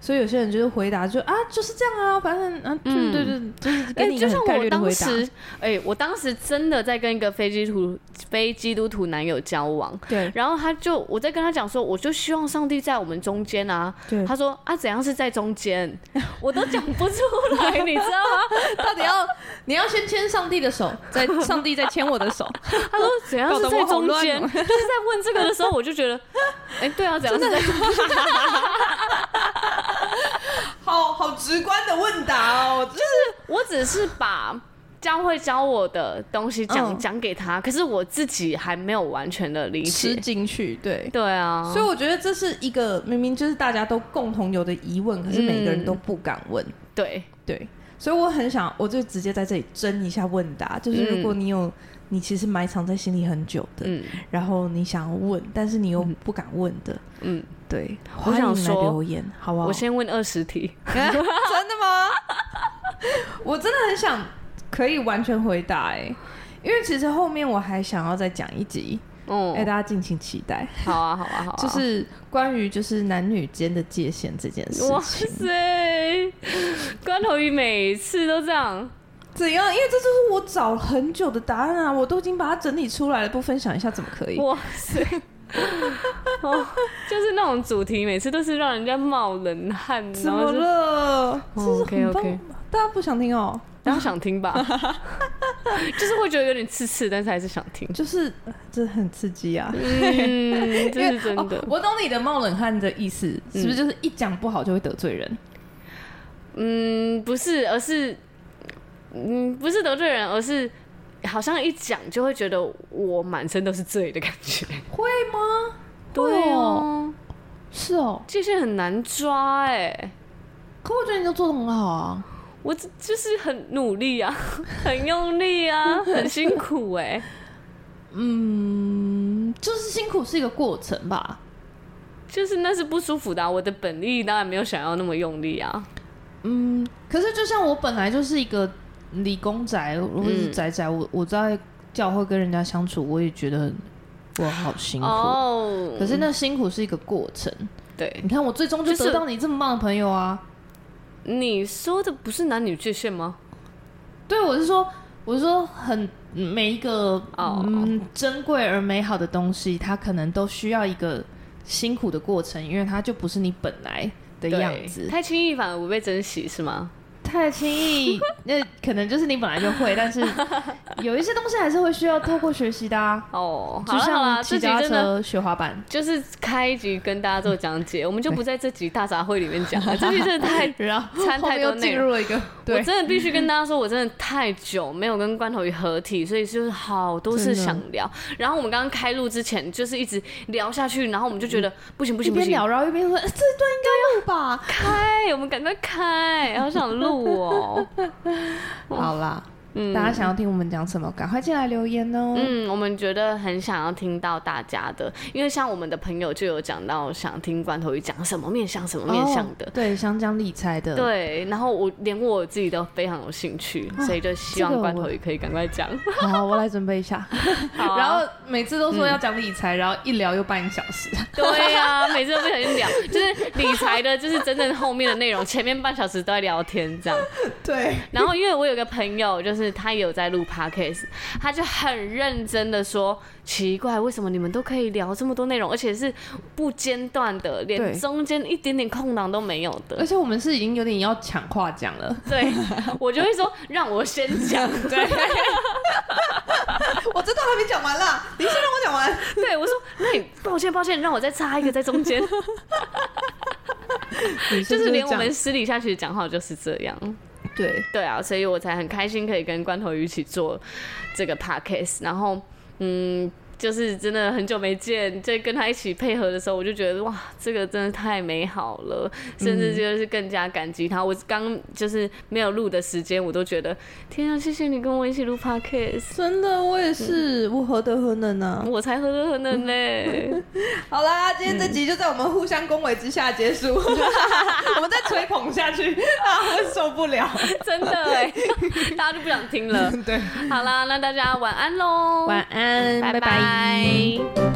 Speaker 2: 所以有些人就是回答就啊就是这样啊，反正啊，对
Speaker 3: 嗯
Speaker 2: 对对，就是
Speaker 3: 哎、
Speaker 2: 给你一
Speaker 3: 就
Speaker 2: 个
Speaker 3: 像
Speaker 2: 很概
Speaker 3: 我
Speaker 2: 率的
Speaker 3: 当
Speaker 2: 回答。
Speaker 3: 时，哎、我当时真的在跟一个非基督徒非基督徒男友交往， (laughs)
Speaker 2: 对
Speaker 3: 然后他就我在跟他讲说，我就希望上帝在我们中间啊。
Speaker 2: 对，
Speaker 3: 他说啊，怎样是在中间？ (laughs) 我都讲不出 (laughs) 来，你知道吗？
Speaker 2: 到底要你要先牵上帝的手，再上帝再牵我的手，
Speaker 3: 他说怎样是在中间？
Speaker 2: 搞得我
Speaker 3: 哦就
Speaker 2: 好
Speaker 3: 是在问这个的时候，我就觉得，哎、对啊，怎样是在中间？
Speaker 2: 好好直观的问答哦。
Speaker 3: 我只是把教会教我的东西讲
Speaker 2: 嗯
Speaker 3: 讲、给他，可是我自己还没有完全的理
Speaker 2: 吃
Speaker 3: 解。
Speaker 2: 进去，对。
Speaker 3: 对啊，
Speaker 2: 所以我觉得这是一个明明就是大家都共同有的疑问，可是每个人都不敢问，
Speaker 3: 对，
Speaker 2: 对。所以我很想，我就直接在这里争一下问答，就是
Speaker 3: 嗯
Speaker 2: 如果你有、你其实埋藏在心里很久的，
Speaker 3: 嗯
Speaker 2: 然后你想要问，但是你又不敢问的，
Speaker 3: 嗯，
Speaker 2: 对，
Speaker 3: 我想
Speaker 2: 欢迎来
Speaker 3: 说
Speaker 2: 留言，好不好？
Speaker 3: 我
Speaker 2: (laughs)
Speaker 3: 先问二十 (laughs) 题。
Speaker 2: 真的吗？ (laughs) 我真的很想可以完全回答哎、因为其实后面我还想要再讲一集，
Speaker 3: 嗯
Speaker 2: 哎、，大家敬请期待，
Speaker 3: 好啊，好啊，好啊，
Speaker 2: 就是关于就是男女间的界限这件事
Speaker 3: 哇
Speaker 2: 情。
Speaker 3: 塞，关头鱼每次都这样，
Speaker 2: 怎样？因为这就是我找很久的答案啊，我都已经把它整理出来了，不分享一下怎么可以？
Speaker 3: 哇
Speaker 2: (laughs)
Speaker 3: 塞。哦，就是那种主题，每次都是让人家冒冷汗，
Speaker 2: 怎
Speaker 3: 然后
Speaker 2: 么
Speaker 3: 就
Speaker 2: 了？这是很棒
Speaker 3: 哦 OK，OK
Speaker 2: 大家不想听哦。
Speaker 3: 然后想
Speaker 2: (laughs)
Speaker 3: 听吧，就是会觉得有点刺刺，但是还是想听。
Speaker 2: 就是呃这很刺激啊！
Speaker 3: 嗯，
Speaker 2: 因
Speaker 3: 这
Speaker 2: 为
Speaker 3: 是真
Speaker 2: 哦
Speaker 3: 的。
Speaker 2: 我懂你的冒冷汗的意思，是不是就是一讲不好就会得罪人？
Speaker 3: 嗯，不是，而是，嗯，不是得罪人，而是好像一讲就会觉得我满身都是罪的感
Speaker 2: (laughs)
Speaker 3: 觉。
Speaker 2: 会吗？
Speaker 3: 对哦
Speaker 2: 哦，是哦，
Speaker 3: 界限很难抓哎、
Speaker 2: 可我觉得你都做的很好啊。
Speaker 3: 我只就是很努力啊， (laughs) 很用力啊，很辛苦哎、
Speaker 2: 嗯，就是辛苦是一个过程吧。
Speaker 3: 就是那是不舒服的啊、我的本意当然没有想要那么用力啊。
Speaker 2: 嗯，可是就像我本来就是一个理工宅或者是宅宅，我我在教会跟人家相处，我也觉得很我好辛苦。
Speaker 3: 哦，
Speaker 2: 可是那辛苦是一个过程，
Speaker 3: 对，
Speaker 2: 你看我最终就
Speaker 3: 就是
Speaker 2: 得到你这么棒的朋友啊！
Speaker 3: 你说的不是男女界限吗？
Speaker 2: 对，我是说，我是说很每一个、
Speaker 3: 哦
Speaker 2: 嗯珍贵而美好的东西，它可能都需要一个辛苦的过程，因为它就不是你本来的
Speaker 3: 对
Speaker 2: 样子。
Speaker 3: 太轻易反而不被珍惜是吗？
Speaker 2: 太轻易，那可能就是你本来就会，但是有一些东西还是会需要透过学习的啊。
Speaker 3: 哦，好啦
Speaker 2: 就
Speaker 3: 好
Speaker 2: 像
Speaker 3: 啦，
Speaker 2: 骑
Speaker 3: 这集
Speaker 2: 脚踏
Speaker 3: 真的
Speaker 2: 车、学滑板，
Speaker 3: 就是开一集跟大家做讲
Speaker 2: (laughs)
Speaker 3: 解，我们就不在这集大杂烩里面讲了，这集真的太
Speaker 2: 然后
Speaker 3: 掺
Speaker 2: 后
Speaker 3: 太
Speaker 2: 面
Speaker 3: 多
Speaker 2: 又
Speaker 3: 内
Speaker 2: 进
Speaker 3: 容。
Speaker 2: 入了一个
Speaker 3: 我
Speaker 2: (laughs) 对，
Speaker 3: 真的必须跟大家说，我真的太久没有跟关头鱼合体，所以就是好多事
Speaker 2: 真的
Speaker 3: 想聊。然后我们刚刚开录之前，就是一直聊下去，然后我们就
Speaker 2: 嗯
Speaker 3: 觉得不行不
Speaker 2: 一
Speaker 3: 行不
Speaker 2: 边
Speaker 3: 行，
Speaker 2: 聊，然后一边说呃这段应该录吧。
Speaker 3: 开，我们赶快开，好想录 (laughs) 哦。
Speaker 2: 好啦，
Speaker 3: 嗯
Speaker 2: 大家想要听我们讲什么，赶快进来留言哦。
Speaker 3: 嗯，我们觉得很想要听到大家的，因为像我们的朋友就有讲到想听关头鱼讲什么面向什么面向的
Speaker 2: 哦，对，想讲理财
Speaker 3: 呃
Speaker 2: 的，，
Speaker 3: 对，然后我连我自己都非常有兴趣，所以就希 (laughs)
Speaker 2: 这
Speaker 3: 望
Speaker 2: 个
Speaker 3: 关
Speaker 2: 我
Speaker 3: 头鱼可以赶快讲。
Speaker 2: 好，我来准备一下。
Speaker 3: 好啊
Speaker 2: 然后每次都说要讲理财，然后一聊又半个小时，
Speaker 3: (laughs) 对呀、每次都不小心聊，就是理财的，就是真正后面的内容，前面半小时都在聊天这样。
Speaker 2: (laughs) 对，
Speaker 3: 然后因为我有个朋友，就是他也有在录 podcast，他就很认真的说，奇怪，为什么你们都可以聊这么多内容，而且是不间断的，连
Speaker 2: 对
Speaker 3: 中间一点点空档都没有的
Speaker 2: 而。且我们是已经有点要抢话讲了，
Speaker 3: 对，我就会说让我先讲，对。
Speaker 2: 我这段还没讲完啦，你先让我讲完。
Speaker 3: 对，我说那你抱歉抱歉，让我再插一个在中间，就是连我们私底下其实讲好就是这样。
Speaker 2: 对，
Speaker 3: 对啊，所以我才很开心可以跟关头鱼一起做这个 podcast，然后嗯。就是真的很久没见，在跟他一起配合的时候，我就觉得哇，这个真的太美好了，甚至就是更加感激他。我刚就是没有录的时间，我都觉得天啊，谢谢你跟我一起录 podcast，
Speaker 2: 真的，我也
Speaker 3: 嗯
Speaker 2: 是，我何德何能啊！
Speaker 3: 我才呵呵 (laughs) 呢嘞。
Speaker 2: 好啦，今天这集就在我们互相恭维之下
Speaker 3: (laughs)
Speaker 2: 结束，我们再吹捧下去，大家会受不了。
Speaker 3: 真的哎， (laughs) 大家就不想听了。
Speaker 2: 对，
Speaker 3: 好啦，那大家晚安喽，
Speaker 1: 晚安，
Speaker 3: 拜
Speaker 1: 拜
Speaker 3: 拜